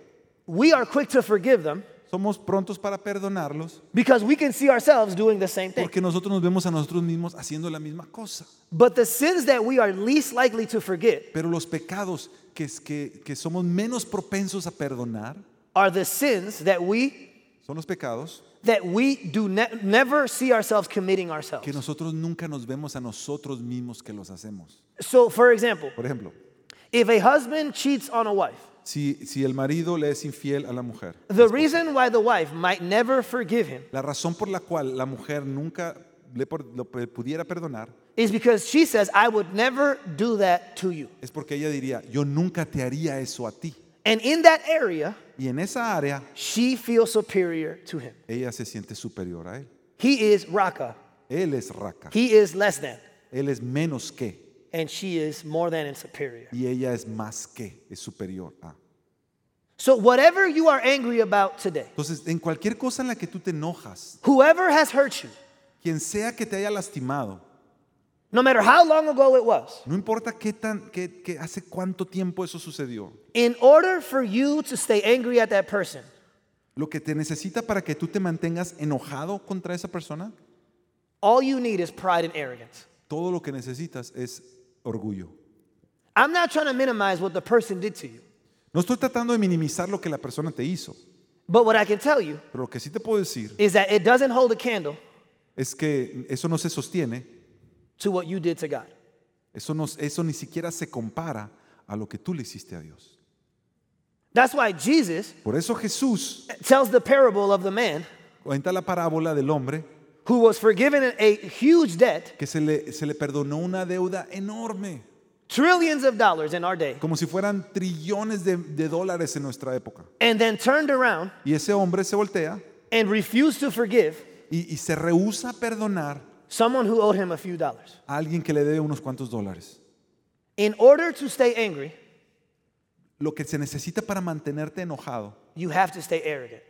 we are quick to forgive them
somos prontos para perdonarlos
because we can see ourselves doing the same thing.
porque nosotros nos vemos a nosotros mismos haciendo la misma cosa.
But the sins that we are least likely to forget
Pero los pecados que, es- que, que somos menos propensos a perdonar
are the sins that we
son los pecados
that we do ne- never see ourselves committing ourselves.
que nosotros nunca nos vemos a nosotros mismos que los hacemos.
So for example,
Por ejemplo,
if a husband cheats on a wife,
si, si el marido le es infiel a la mujer,
the reason why the wife might never forgive him
la razón por la cual la mujer nunca le por- lo pe- pudiera perdonar
is because she says, I would never do that to you.
es porque ella diría, yo nunca te haría eso a ti.
And in that area,
Y en esa área,
she feels superior to him.
ella se siente superior a él.
He is Raka.
Él es raca,
He is less than.
él es menos que.
and she is more than and superior.
y ella es más que, es superior a.
So, whatever you are angry about today,
Entonces, en cualquier cosa en la que tú te enojas,
whoever has hurt you,
quien sea que te haya lastimado,
no matter how long ago it was,
no importa qué tan, qué, qué- hace cuánto tiempo eso sucedió,
in order for you to stay angry at that person,
lo que te necesita para que tú te mantengas enojado contra esa persona,
all you need is pride and arrogance.
todo lo que necesitas es orgullo.
I'm not trying to minimize what the person did to you,
No estoy tratando de minimizar lo que la persona te hizo,
but what I can tell you
pero lo que sí te puedo decir
is that it doesn't hold a candle
es que eso no se sostiene,
to what you did to God.
eso, no, eso ni siquiera se compara a lo que tú le hiciste a Dios.
That's why Jesus
Por eso Jesús
tells the parable of the man
cuenta la parábola del hombre
who was forgiven a huge debt,
que se le, se le perdonó una deuda enorme,
trillions of dollars in our day,
como si fueran trillones de, de dólares en nuestra época.
and then turned around
Y ese hombre se voltea
and refused to forgive
y, y se rehúsa a perdonar
someone who owed him a few dollars.
a alguien que le debe unos cuantos dólares.
In order to stay angry,
Lo que se necesita para mantenerte enojado
you have to stay arrogant.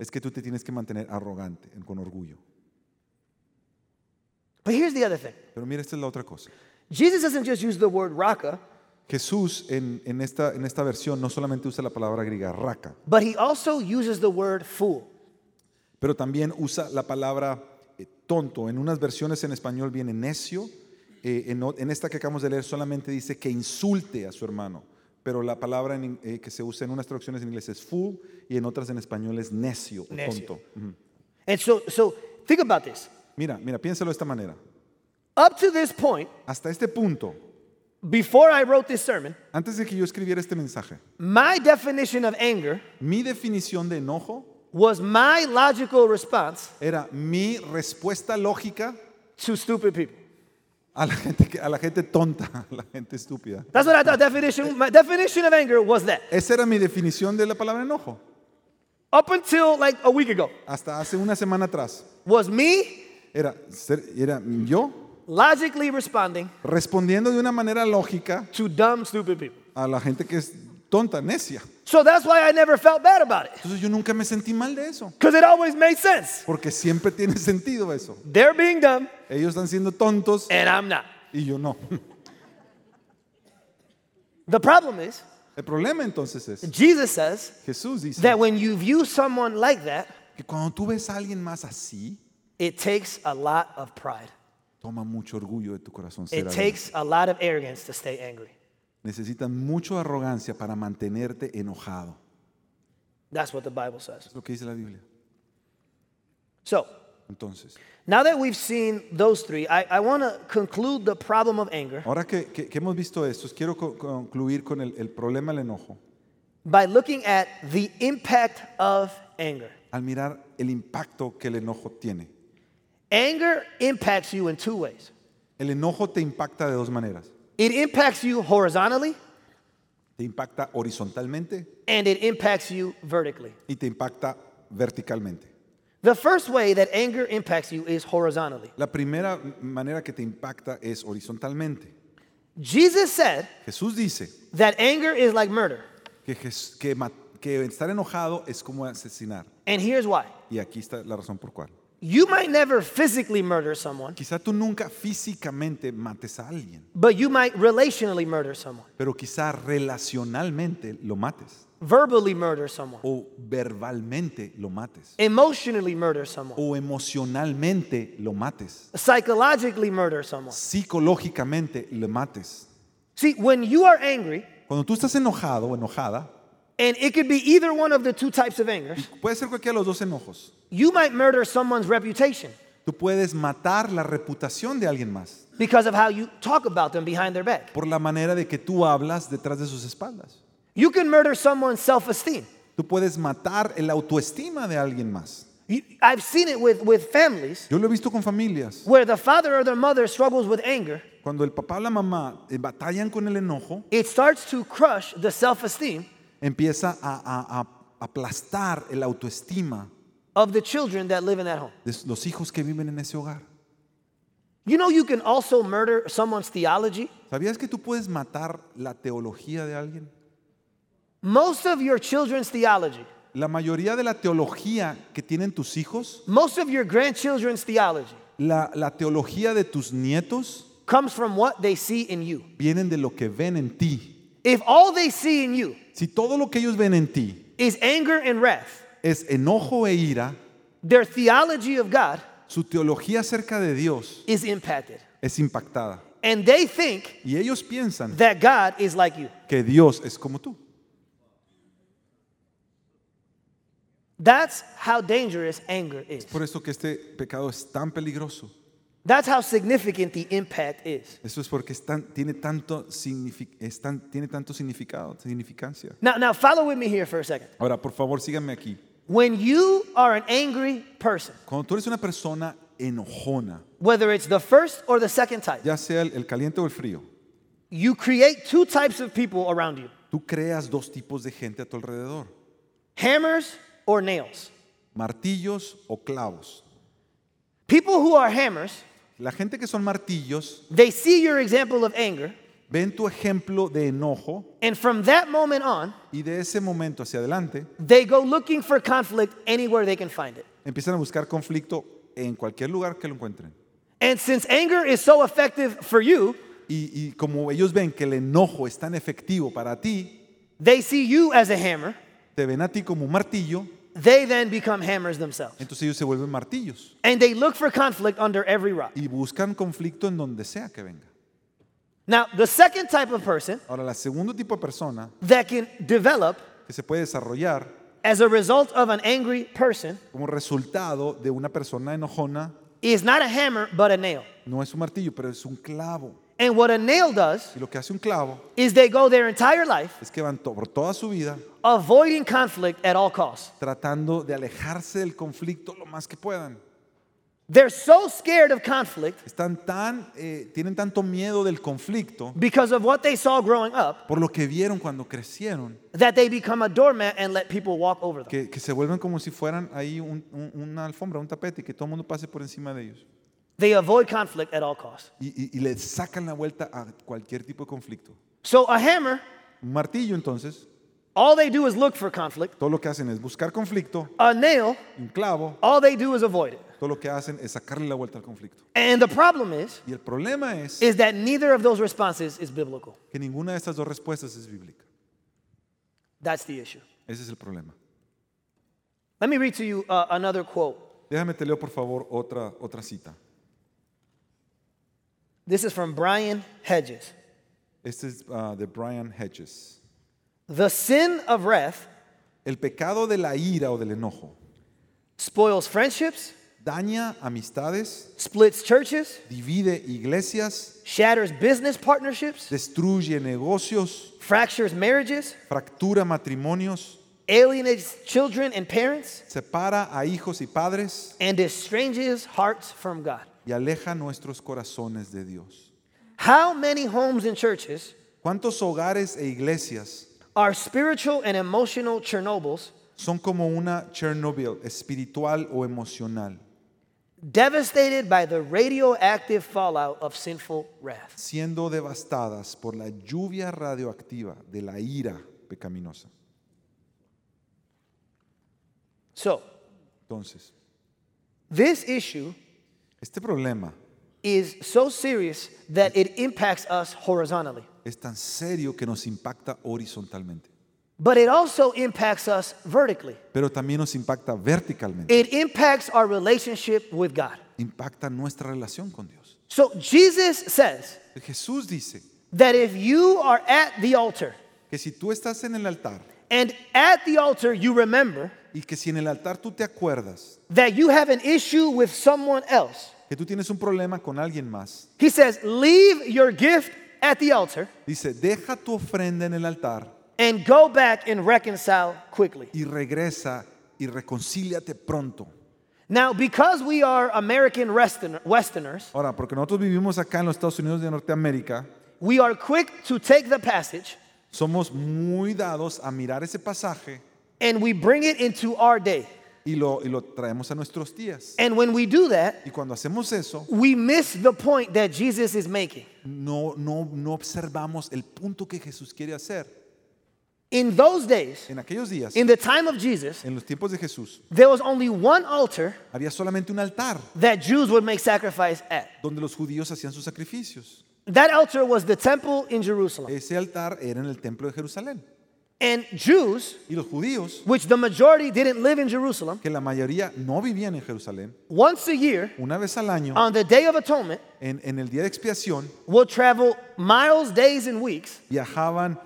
es que tú te tienes que mantener arrogante, en- con orgullo.
But here's the other thing
Pero mira, esta es la otra cosa.
Jesus doesn't just use the word raka,
Jesús en, en esta, en esta versión no solamente usa la palabra griega raca,
but he also uses the word fool.
pero también usa la palabra eh, tonto. En unas versiones en español viene necio, eh, en, o- en esta que acabamos de leer solamente dice que insulte a su hermano, pero la palabra en in- eh, que se usa en unas traducciones en inglés es fool y en otras en español es necio o
Necio.
tonto. Ujú.
And so, so think about this.
Mira, mira, piénsalo de esta manera.
Up to this point,
Hasta este punto,
before I wrote this sermon,
antes de que yo escribiera este mensaje,
my definition of anger
mi definición de enojo
was my logical response
era mi respuesta lógica
to stupid people.
a la gente, que- a la gente tonta, a la gente estúpida.
That's what I thought definition my definition of anger was that.
Esa era mi definición de la palabra enojo.
Up until like a week ago
Hasta hace una semana atrás.
was me
Era, ser- era yo
logically responding
respondiendo de una manera lógica
to dumb stupid people.
a la gente que es tonta, necia.
So that's why I never felt bad about it
Entonces yo nunca me sentí mal de eso.
cuz it always made sense.
Porque siempre tiene sentido eso.
They're being dumb
Ellos están siendo tontos
and I'm not.
y yo no.
The problem is
El problema entonces es,
Jesus says
Jesús dice
that when you view someone like that,
que cuando tú ves a alguien más así,
it takes a lot of pride.
toma mucho orgullo de tu corazón. ser
It
alguien.
takes a lot of arrogance to stay angry.
Necesitan mucho arrogancia para mantenerte enojado.
That's what the Bible says.
Es lo que dice la Biblia.
So,
Entonces,
now that we've seen those three, I, I want to conclude the problem of anger
ahora que, que- que hemos visto esto, quiero co- concluir con el, el problema del enojo.
by looking at the impact of anger.
Al mirar el impacto que el enojo tiene.
Anger impacts you in two ways
El enojo te impacta de dos maneras.
it impacts you horizontally,
Te impacta horizontalmente
and it impacts you vertically.
y te impacta verticalmente.
The first way that anger impacts you is horizontally.
La primera manera que te impacta es horizontalmente.
Jesus said
Jesús dice
that anger is like murder,
que, Jes- que ma- que estar enojado es como asesinar.
and here's why.
Y aquí está la razón por cuál.
You might never physically murder someone,
Quizá tú nunca físicamente mates a alguien,
but you might relationally murder someone,
pero quizá relacionalmente lo mates,
verbally murder someone,
o verbalmente lo mates,
emotionally murder someone,
o emocionalmente lo mates,
psychologically murder someone.
psicológicamente lo mates.
See, when you are angry,
Cuando tú estás enojado o enojada,
and it could be either one of the two types of anger,
puede ser cualquiera de los dos enojos.
you might murder someone's reputation
Tú puedes matar la reputación de alguien más
because of how you talk about them behind their back.
por la manera de que tú hablas detrás de sus espaldas.
You can murder someone's self esteem.
Tú puedes matar la autoestima de alguien más.
I've seen it with, with families
Yo lo he visto con familias.
where the father or the mother struggles with anger.
Cuando el papá o la mamá eh, batallan con el enojo,
It starts to crush the self esteem
empieza a, a- a aplastar el autoestima
of the children that live in that home.
de los hijos que viven en ese hogar.
You know, you can also murder someone's theology.
¿Sabías que tú puedes matar la teología de alguien?
Most of your children's theology,
La mayoría de la teología que tienen tus hijos,
most of your grandchildren's theology,
la, la teología de tus nietos,
comes from what they see in you.
vienen de lo que ven en ti.
If all they see in you
Si todo lo que ellos ven en ti
is anger and wrath,
es enojo e ira,
their theology of God
su teología acerca de Dios
is impacted.
es impactada.
And they think
Y ellos piensan
that God is like you.
que Dios es como tú.
That's how dangerous anger is.
Por eso que este pecado es tan peligroso.
That's how significant the impact is.
Eso es porque es tan- tiene, tanto signifi- es tan- tiene tanto significado, significancia.
Now, now follow with me here for a second.
Ahora, por favor, síganme aquí.
When you are an angry person,
Cuando tú eres una persona enojona,
whether it's the first or the second type,
ya sea el, el caliente o el frío,
you create two types of people around you
tú creas dos tipos de gente a tu alrededor,
hammers or nails.
martillos o clavos.
People who are hammers,
La gente que son martillos
they see your example of anger,
ven tu ejemplo de enojo
and from that moment on,
y de ese momento hacia adelante
they go looking for conflict anywhere they can find it.
empiezan a buscar conflicto en cualquier lugar que lo encuentren.
And since anger is so effective for you,
Y, y como ellos ven que el enojo es tan efectivo para ti,
they see you as a hammer,
te ven a ti como un martillo,
they then become hammers themselves.
entonces ellos se vuelven martillos
And they look for conflict under every rock.
y buscan conflicto en donde sea que venga.
Now, the second type of person
Ahora, el segundo tipo de persona
that can develop
que se puede desarrollar
as a result of an angry person
como resultado de una persona enojona
is not a hammer, but a nail.
no es un martillo, pero es un clavo.
And what a nail does
Y lo que hace un clavo
is they go their entire life
es que van to- por toda su vida
avoiding conflict at all costs.
tratando de alejarse del conflicto lo más que puedan.
They're so scared of conflict
Están tan, eh, tienen tanto miedo del conflicto
because of what they saw growing up
por lo que vieron cuando crecieron
that they become a doormat and let people walk over them.
que, que se vuelven como si fueran ahí un- un- una alfombra, un tapete, que todo el mundo pase por encima de ellos.
They avoid conflict at all costs.
Y, y- y le sacan la vuelta a cualquier tipo de conflicto.
So a hammer,
Un martillo, entonces,
all they do is look for conflict.
todo lo que hacen es buscar conflicto,
A nail,
un clavo,
all they do is avoid it.
todo lo que hacen es sacarle la vuelta al conflicto.
And the problem is
Y el problema es
is that neither of those responses is biblical.
que ninguna de estas dos respuestas es bíblica.
That's the issue.
Ese es el problema.
Let me read to you uh, another quote.
Déjame te leo, por favor, otra, otra cita.
This is from Brian Hedges.
Este es ah, de Brian Hedges.
The sin of wrath
El pecado de la ira o del enojo
spoils friendships,
daña amistades,
splits churches,
divide iglesias,
shatters business partnerships,
destruye negocios,
fractures marriages,
fractura matrimonios,
alienates children and parents,
separa a hijos y padres
and estranges hearts from God.
y aleja nuestros corazones de Dios.
How many homes and churches
¿Cuántos hogares e iglesias
are spiritual and emotional Chernobyls,
son como una Chernobyl espiritual o emocional,
devastated by the radioactive fallout of sinful wrath?
siendo devastadas por la lluvia radioactiva de la ira pecaminosa?
So,
Entonces,
this issue
este problema
is so serious that it impacts us horizontally,
es tan serio que nos impacta horizontalmente,
but it also impacts us vertically.
pero también nos impacta verticalmente,
It impacts our relationship with God.
impacta nuestra relación con Dios.
So Jesus says
Jesús dice
that if you are at the altar,
que si tú estás en el altar
and at the altar you remember
y que si en el altar tú te acuerdas
that you have an issue with someone else,
que tú tienes un problema con alguien más,
he says, leave your gift at the altar
dice, deja tu ofrenda en el altar
and go back and reconcile quickly.
y regresa y reconcíliate pronto.
Now, because we are American Westerner- Westerners,
Ahora, porque nosotros vivimos acá en los Estados Unidos de Norteamérica,
we are quick to take the passage
somos muy dados a mirar ese pasaje
and we bring it into our day.
y lo, y lo traemos a nuestros días.
And when we do that,
Y cuando hacemos eso,
we miss the point that Jesus is making.
no, no, no observamos el punto que Jesús quiere hacer.
In those days,
En aquellos días,
in the time of Jesus,
en los tiempos de Jesús,
there was only one altar
había solamente un altar
that Jews would make sacrifice at.
donde los judíos hacían sus sacrificios.
That altar was the temple in Jerusalem.
Ese altar era en el templo de Jerusalén.
And Jews,
Y los judíos,
which the majority didn't live in Jerusalem,
que la mayoría no vivían en Jerusalén,
once a year,
una vez al año,
on the Day of Atonement,
en, en el día de expiación,
will travel miles, days, and weeks
viajaban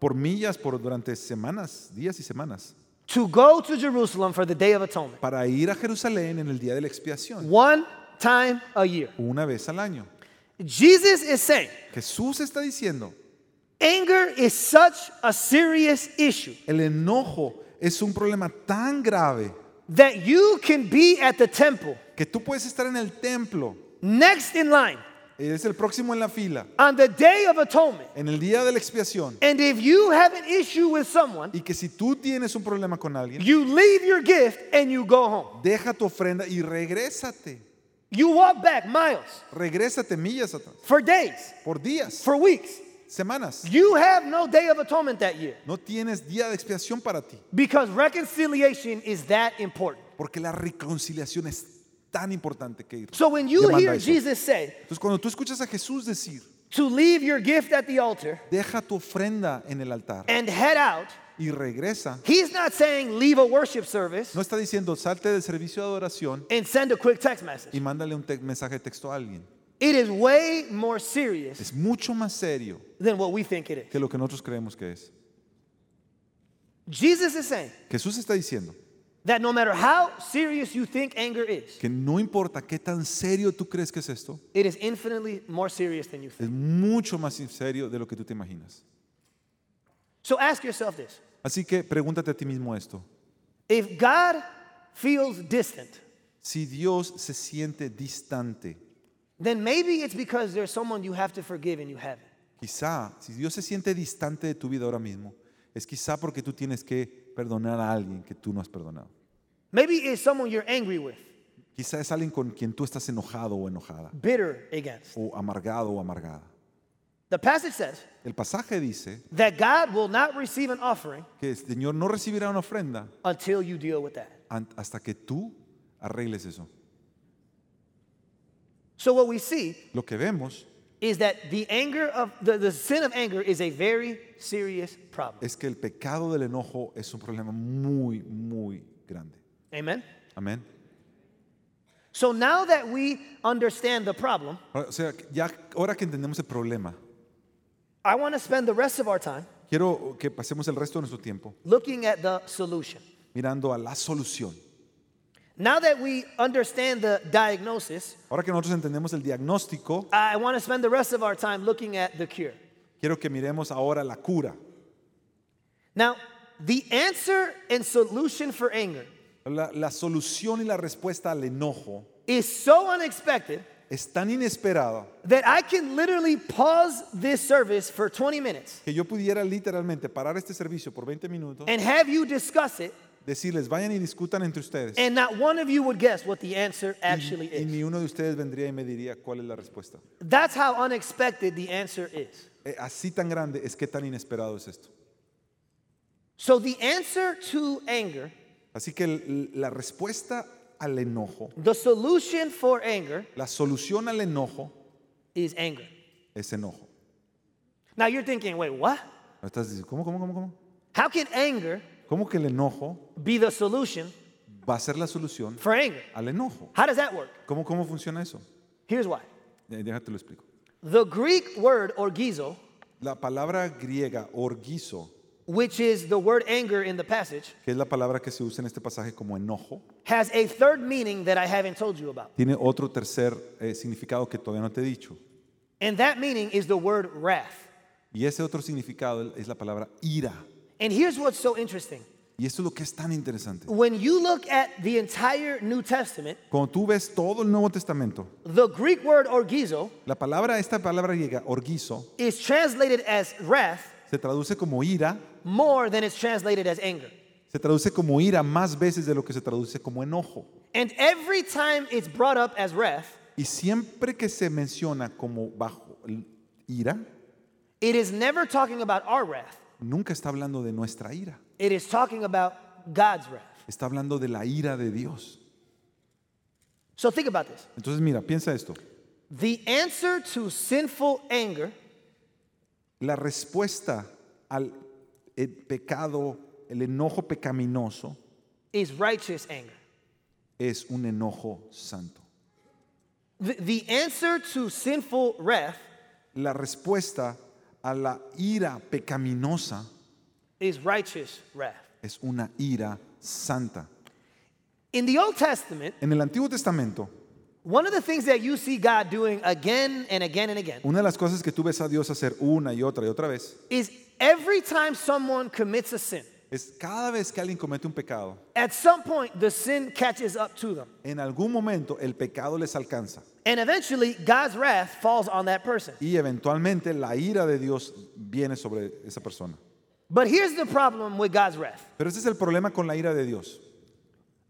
por millas por durante semanas, días y semanas,
to go to Jerusalem for the Day of Atonement.
para ir a Jerusalén en el día de la expiación,
One time a year.
una vez al año.
Jesus is saying
Jesús está diciendo,
anger is such a serious issue
el enojo es un problema tan grave
that you can be at the temple
que tú puedes estar en el templo,
next in line
eres el próximo en la fila,
on the Day of Atonement.
en el día de la expiación,
And if you have an issue with someone,
y que si tú tienes un problema con alguien,
you leave your gift and you go home.
deja tu ofrenda y regrésate,
You walk back miles,
regrésate millas atrás,
for days,
por días,
for weeks.
semanas.
You have no Day of Atonement that year
No tienes día de expiación para ti.
because reconciliation is that important.
Porque la reconciliación es tan importante que
So when you
demanda
hear
eso.
Jesus say
Entonces cuando tú escuchas a Jesús decir,
to leave your gift at the altar
deja tu ofrenda en el altar
and head out,
y regresa,
he's not saying leave a worship service
no está diciendo salte del servicio de adoración
and send a quick text message.
y mándale un te- mensaje de texto a alguien.
It is way more serious
Es mucho más serio
than what we think it is.
que lo que nosotros creemos que es.
Jesus is saying
Jesús está diciendo
that no matter how serious you think anger is,
que no importa qué tan serio tú crees que es esto,
it is infinitely more serious than you think.
es mucho más serio de lo que tú te imaginas.
So ask yourself this
Así que pregúntate a ti mismo esto.
if God feels distant,
Si Dios se siente distante,
then maybe it's because there's someone you have to forgive and you haven't.
Quizá, si Dios se siente distante de tu vida ahora mismo, es quizá porque tú tienes que perdonar a alguien que tú no has perdonado.
Maybe it's someone you're angry with,
Quizá es alguien con quien tú estás enojado o enojada,
bitter against.
o amargado o amargada.
The passage says
El pasaje dice
that God will not receive an offering
que el Señor no recibirá una ofrenda
until you deal with that.
an- hasta que tú arregles eso.
So what we see
Lo que vemos
is that the anger of the, the sin of anger is a very serious problem.
es que el pecado del enojo es un problema muy, muy grande.
Amen.
Amén.
So now that we understand the problem,
Ahora, O sea, ya ahora que entendemos el problema,
I want to spend the rest of our time
quiero que pasemos el resto de nuestro tiempo
looking at the solution.
mirando a la solución.
Now that we understand the diagnosis,
Ahora que nosotros entendemos el diagnóstico,
I want to spend the rest of our time looking at the cure.
quiero que miremos ahora la cura.
Now, the answer and solution for anger
La, la solución y la respuesta al enojo
is so unexpected
es tan inesperada
that I can literally pause this service for 20 minutes
que yo pudiera literalmente parar este servicio por 20 minutos,
and have you discuss it,
decirles, vayan y discutan entre ustedes.
and not one of you would guess what the answer Eh, actually
Y
is.
ni uno de ustedes vendría y me diría cuál es la respuesta.
That's how unexpected the answer is.
Eh, Así tan grande es que tan inesperado es esto.
So, the answer to anger,
Así que el- la respuesta al enojo,
the solution for anger
la solución al enojo
is anger.
es enojo.
Now, you're thinking, wait, what?
No Estás diciendo, ¿cómo, cómo, cómo, cómo?
How can anger
¿Cómo que el enojo
be the solution
va a ser la solución
for anger?
al enojo?
How does that work?
¿Cómo, cómo funciona eso?
Here's why.
Eh, Déjate lo explico.
The Greek word orgizo,
La palabra griega orgizo,
which is the word anger in the passage,
que es la palabra que se usa en este pasaje como enojo,
has a third meaning that I haven't told you about.
tiene otro tercer eh, significado que todavía no te he dicho.
And that meaning is the word wrath.
Y ese otro significado es la palabra ira.
And here's what's so interesting.
Y esto es lo que es tan interesante.
When you look at the entire New Testament,
Cuando tú ves todo el Nuevo Testamento,
the Greek word orgizo
la palabra, esta palabra griega, orgizo,
is translated as wrath
se traduce como ira
more than it's translated as anger.
Se traduce como ira más veces de lo que se traduce como enojo.
And every time it's brought up as wrath,
Y siempre que se menciona como bajo l- ira,
it is never talking about our wrath.
nunca está hablando de nuestra ira.
It is talking about God's wrath.
Está hablando de la ira de Dios.
So think about this.
Entonces mira, piensa esto.
The answer to sinful anger
La respuesta al eh, pecado, el enojo pecaminoso,
is righteous anger.
es un enojo santo.
The, the answer to sinful wrath
La respuesta a la ira pecaminosa
is righteous wrath.
es una ira santa.
In the Old Testament,
En el Antiguo Testamento,
one of the things that you see God doing again and again and again
una de las cosas que tú ves a Dios hacer una y otra y otra vez
is every time someone commits a sin,
es cada vez que alguien comete un pecado,
at some point the sin catches up to them.
en algún momento el pecado les alcanza
And eventually, God's wrath falls on that person.
y eventualmente la ira de Dios viene sobre esa persona.
But here's the problem with God's wrath
Pero ese es el problema con la ira de Dios.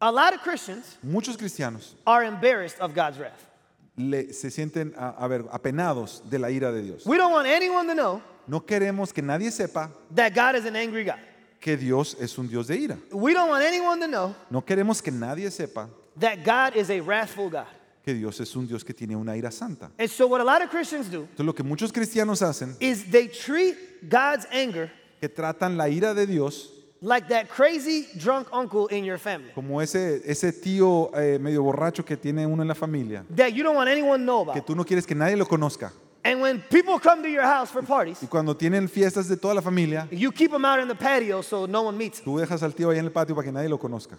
a lot of Christians
Muchos cristianos
are embarrassed of God's wrath.
le- se sienten a- a ver, apenados de la ira de Dios.
We don't want anyone to know
No queremos que nadie sepa
that God is an angry God.
que Dios es un Dios de ira.
We don't want anyone to know
No queremos que nadie sepa
that God is a wrathful God.
que Dios es un Dios que tiene una ira santa.
And so, what a lot of Christians do
Entonces lo que muchos cristianos hacen,
is they treat God's anger
que tratan la ira de Dios
like that crazy drunk uncle in your family
como ese, ese tío eh, medio borracho que tiene uno en la familia,
that you don't want anyone to know
que
about.
tú no quieres que nadie lo conozca.
And when people come to your house for parties,
Y cuando tienen fiestas de toda la familia,
you keep them out in the patio so no one meets them.
tú dejas al tío ahí en el patio para que nadie lo conozca.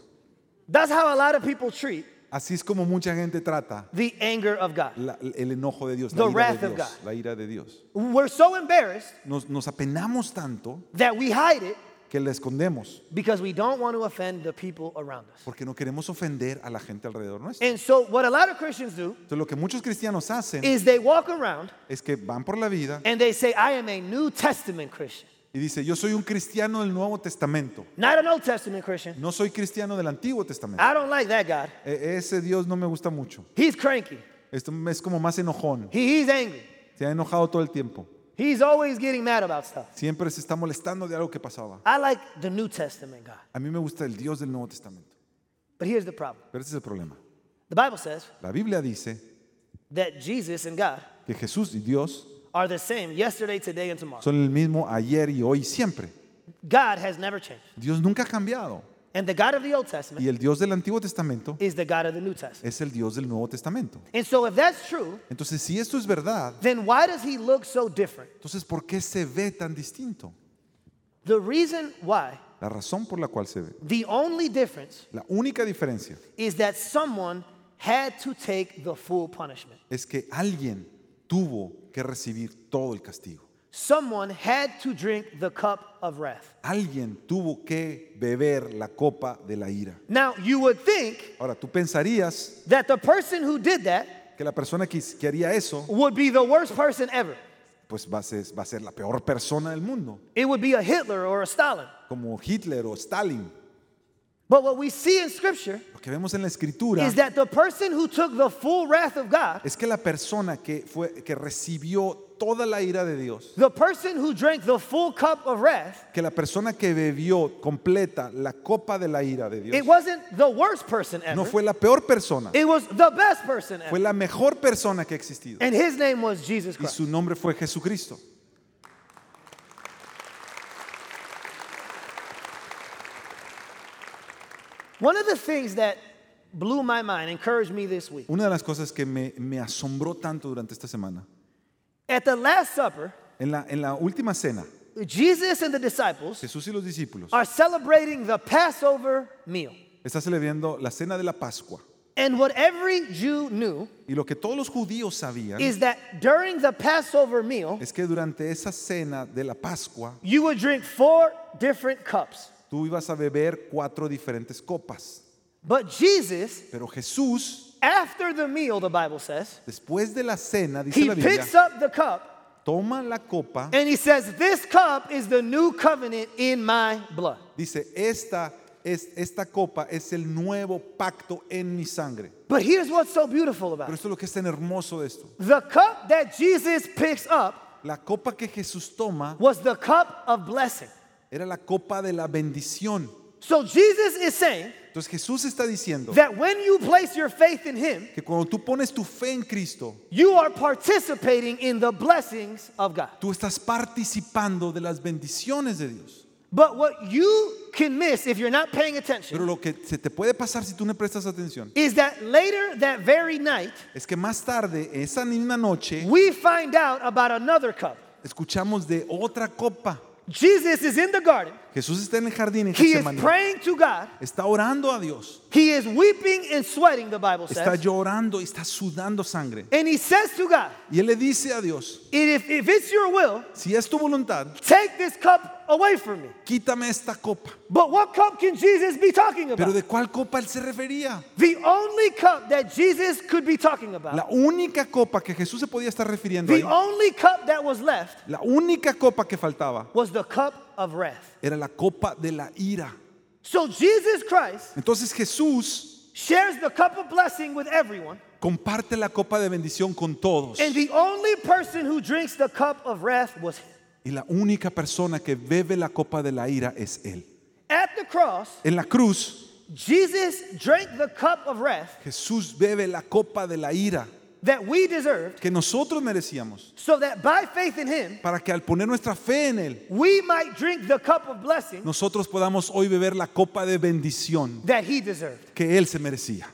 That's how a lot of people treat
Así es como mucha gente trata
the anger of God.
la- el enojo de Dios,
The
la ira
wrath
de
of
Dios,
God.
la ira de Dios.
We're so embarrassed
Nos, nos apenamos tanto
that we hide it
que la escondemos
because we don't want to offend the people around us.
porque no queremos ofender a la gente alrededor nuestro.
And so, what a lot of Christians do
Entonces lo que muchos cristianos hacen
is they walk around
es que van por la vida
and they say, I am a New Testament Christian,
y dice, yo soy un cristiano del Nuevo Testamento,
not an Old Testament Christian.
no soy cristiano del Antiguo Testamento.
I don't like that God.
E- ese Dios no me gusta mucho.
He's cranky.
Esto es como más enojón.
He, he's angry.
Se ha enojado todo el tiempo.
He's always getting mad about stuff.
Siempre se está molestando de algo que pasaba.
I like the New Testament God.
A mí me gusta el Dios del Nuevo Testamento.
But here's the problem
Pero ese es el problema.
the Bible says
La Biblia dice
that Jesus and God
que Jesús y Dios
are the same yesterday, today, and tomorrow.
son el mismo ayer y hoy y siempre.
God has never changed.
Dios nunca ha cambiado.
And the God of the Old Testament
Y el Dios del Antiguo Testamento
is the God of the New Testament.
es el Dios del Nuevo Testamento.
And so, if that's true,
Entonces, si esto es verdad,
then why does he look so different?
entonces ¿por qué se ve tan distinto?
The reason why,
La razón por la cual se ve.
the only difference,
La única diferencia
is that someone had to take the full punishment.
es que alguien tuvo que recibir todo el castigo.
Someone had to drink the cup of wrath.
Alguien tuvo que beber la copa de la ira.
Now, you would think
Ahora, tú pensarías
that the person who did that
que la persona que, que haría eso,
would be the worst person ever.
pues va a, ser, va a ser la peor persona del mundo,
It would be a Hitler or a Stalin.
como Hitler o Stalin.
But what we see in Scripture
Lo que vemos en la escritura
is that the person who took the full wrath of God,
es que la persona que, fue, que recibió toda la ira de Dios,
the person who drank the full cup of wrath,
que la persona que bebió completa la copa de la ira de
it
Dios,
wasn't the worst person
no
ever.
fue la peor persona,
It was the best person ever.
fue la mejor persona que ha existido.
And his name was Jesus
Y
Christ.
su nombre fue Jesucristo.
One of the things that blew my mind, encouraged me this week.
Una de las cosas que me, me asombró tanto durante esta semana,
At the Last Supper,
en la, en la última cena,
Jesus and the disciples
Jesús y los discípulos
are celebrating the Passover meal.
están celebrando la cena de la Pascua.
And what every Jew knew
Y lo que todos los judíos sabían
is that during the Passover meal,
es que durante esa cena de la Pascua,
you would drink four different cups.
tú ibas a beber cuatro diferentes copas.
But Jesus,
Pero Jesús,
after the meal, the Bible says,
después de la cena, dice
he
la Biblia,
picks up the cup
toma la copa,
and he says, This cup is the new covenant in my blood.
dice, esta es, esta copa es el nuevo pacto en mi sangre.
But here's what's so beautiful about
Pero
it
esto es lo que es tan hermoso de esto.
the cup that Jesus picks up
La copa que Jesús toma
was the cup of blessing.
era la copa de la bendición.
So Jesus is saying
Entonces Jesús está diciendo
that when you place your faith in Him,
que cuando tú pones tu fe en Cristo,
you are participating in the blessings of God.
tú estás participando de las bendiciones de Dios.
But what you can miss if you're not paying
Pero
attention
lo que se te puede pasar si tú no prestas atención
is that later that very night,
es que más tarde, esa misma noche,
we find out about another cup.
escuchamos de otra copa.
Jesus is in the garden.
Jesús está en el jardín en
He is
Getsemaní.
praying to God.
Está orando a Dios.
He is weeping and sweating, the Bible
Está
says.
llorando, está sudando sangre.
And he says to God,
Y él le dice a Dios,
if, if it's your will,
si es tu voluntad,
take this cup away from me.
quítame esta copa.
But what cup can Jesus be talking
Pero
about?
¿de cuál copa él se refería?
The only cup that Jesus could be talking
La
about,
única copa que Jesús se podía estar refiriendo,
the
ahí,
only cup that was left,
la única copa que faltaba,
was the cup of wrath.
era la copa de la ira.
So Jesus Christ
Entonces Jesús
shares the cup of blessing with everyone,
comparte la copa de bendición con todos.
and the only person who drinks the cup of wrath was him.
Y la única persona que bebe la copa de la ira es él.
At the cross,
En la cruz,
Jesus drank the cup of wrath
Jesús bebe la copa de la ira
that we deserved,
que nosotros merecíamos,
so that by faith in him,
para que al poner nuestra fe en él,
we might drink the cup of blessing
nosotros podamos hoy beber la copa de bendición
that he deserved.
que él se merecía.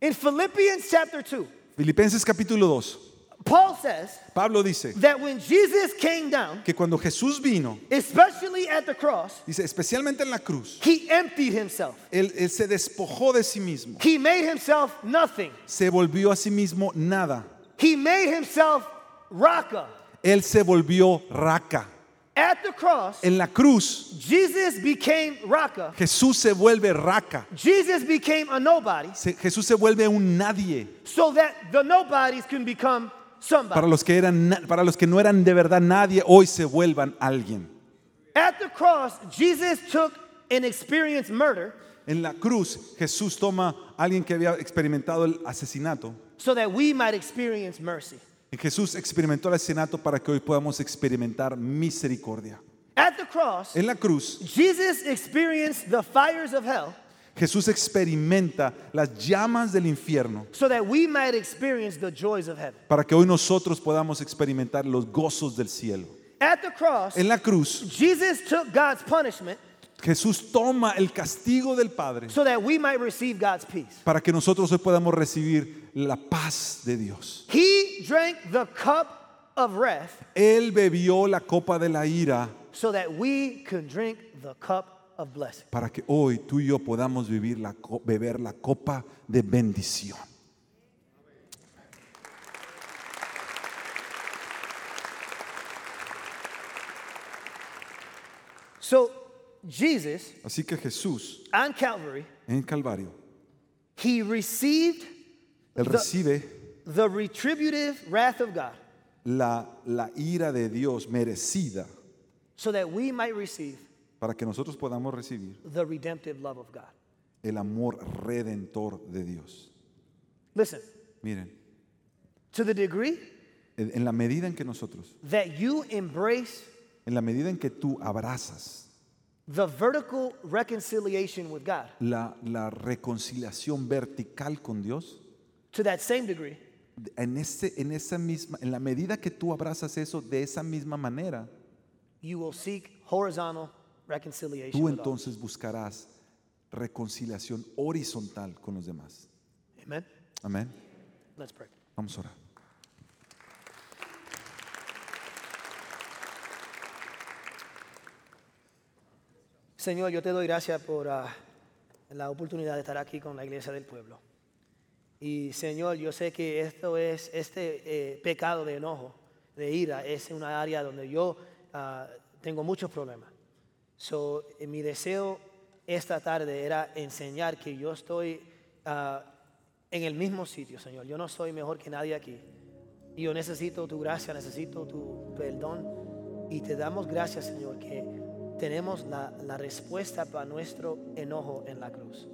In Philippians chapter 2,
Filipenses capítulo 2,
Paul says
Pablo dice
that when Jesus came down,
que cuando Jesús vino,
especially at the cross,
dice especialmente en la cruz,
he emptied himself.
él, él se despojó de sí mismo,
He made himself nothing.
se volvió a sí mismo nada,
He made himself Raka.
él se volvió raca.
At the cross,
En la cruz,
Jesus became Raka.
Jesús se vuelve raca.
Jesus became a nobody
Se- Jesús se vuelve un nadie
so that the nobodies can become
para
somebody.
los que eran na- para los que no eran de verdad nadie hoy se vuelvan alguien.
At the cross, Jesus took and experienced murder
En la cruz Jesús toma a alguien que había experimentado el asesinato.
so that we might experience mercy.
Y Jesús experimentó el asesinato para que hoy podamos experimentar misericordia.
At the cross,
En la cruz
Jesus experienced the fires of hell
Jesús experimenta las llamas del infierno
so that we might experience the joys of heaven.
para que hoy nosotros podamos experimentar los gozos del cielo.
At the cross,
En la cruz
Jesus took God's punishment
Jesús toma el castigo del Padre
so that we might receive God's peace.
para que nosotros hoy podamos recibir la paz de Dios.
He drank the cup of wrath
Él bebió la copa de la ira
so that we can drink the cup of blessing.
para que hoy tú y yo podamos vivir la co- beber la copa de bendición.
So, Jesus
Así que Jesús
on Calvary,
en Calvario,
he received
Él
The-
recibe
the retributive wrath of God
la, la ira de Dios merecida
so that we might receive
para que nosotros podamos recibir
the redemptive love of God.
el amor redentor de Dios.
Listen,
Miren,
to the degree
en en la medida en que nosotros,
that you embrace
en la medida en que tú abrazas
the vertical reconciliation with God,
la, la reconciliación vertical con Dios,
to that same degree,
en, ese, en esa misma, en la medida que tú abrazas eso de esa misma manera,
you will seek horizontal reconciliation.
tú
with others.
entonces buscarás reconciliación horizontal con los demás.
Amen.
Amén.
Let's pray.
Vamos a orar.
Señor, yo te doy gracias por ah, la oportunidad de estar aquí con la iglesia del pueblo. Y Señor, yo sé que esto es, este eh, pecado de enojo, de ira, es una área donde yo ah, tengo muchos problemas. So, eh, mi deseo esta tarde era enseñar que yo estoy ah, en el mismo sitio, Señor. Yo no soy mejor que nadie aquí. Y yo necesito tu gracia, necesito tu perdón. Y te damos gracias, Señor, que tenemos la, la respuesta para nuestro enojo en la cruz.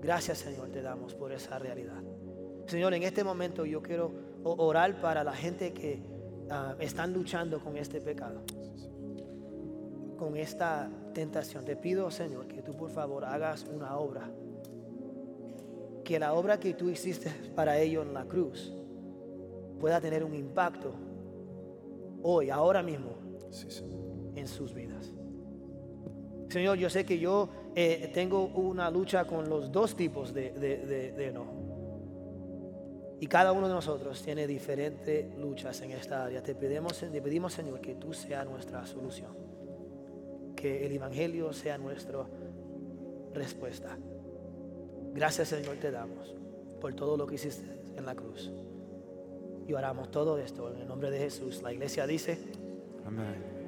Gracias Señor te damos por esa realidad. Señor, en este momento yo quiero o- orar para la gente que ah, están luchando con este pecado, con esta tentación. Te pido Señor que tú por favor hagas una obra. Que la obra que tú hiciste para ellos en la cruz pueda tener un impacto hoy, ahora mismo,
Sí, Señor.
en sus vidas. Señor, yo sé que yo eh, tengo una lucha con los dos tipos de, de, de- de enojo. Y cada uno de nosotros tiene diferentes luchas en esta área. Te pedimos, te pedimos, Señor, que tú seas nuestra solución. Que el Evangelio sea nuestra respuesta. Gracias, Señor, te damos por todo lo que hiciste en la cruz. Y oramos todo esto en el nombre de Jesús. La iglesia dice...
Amén.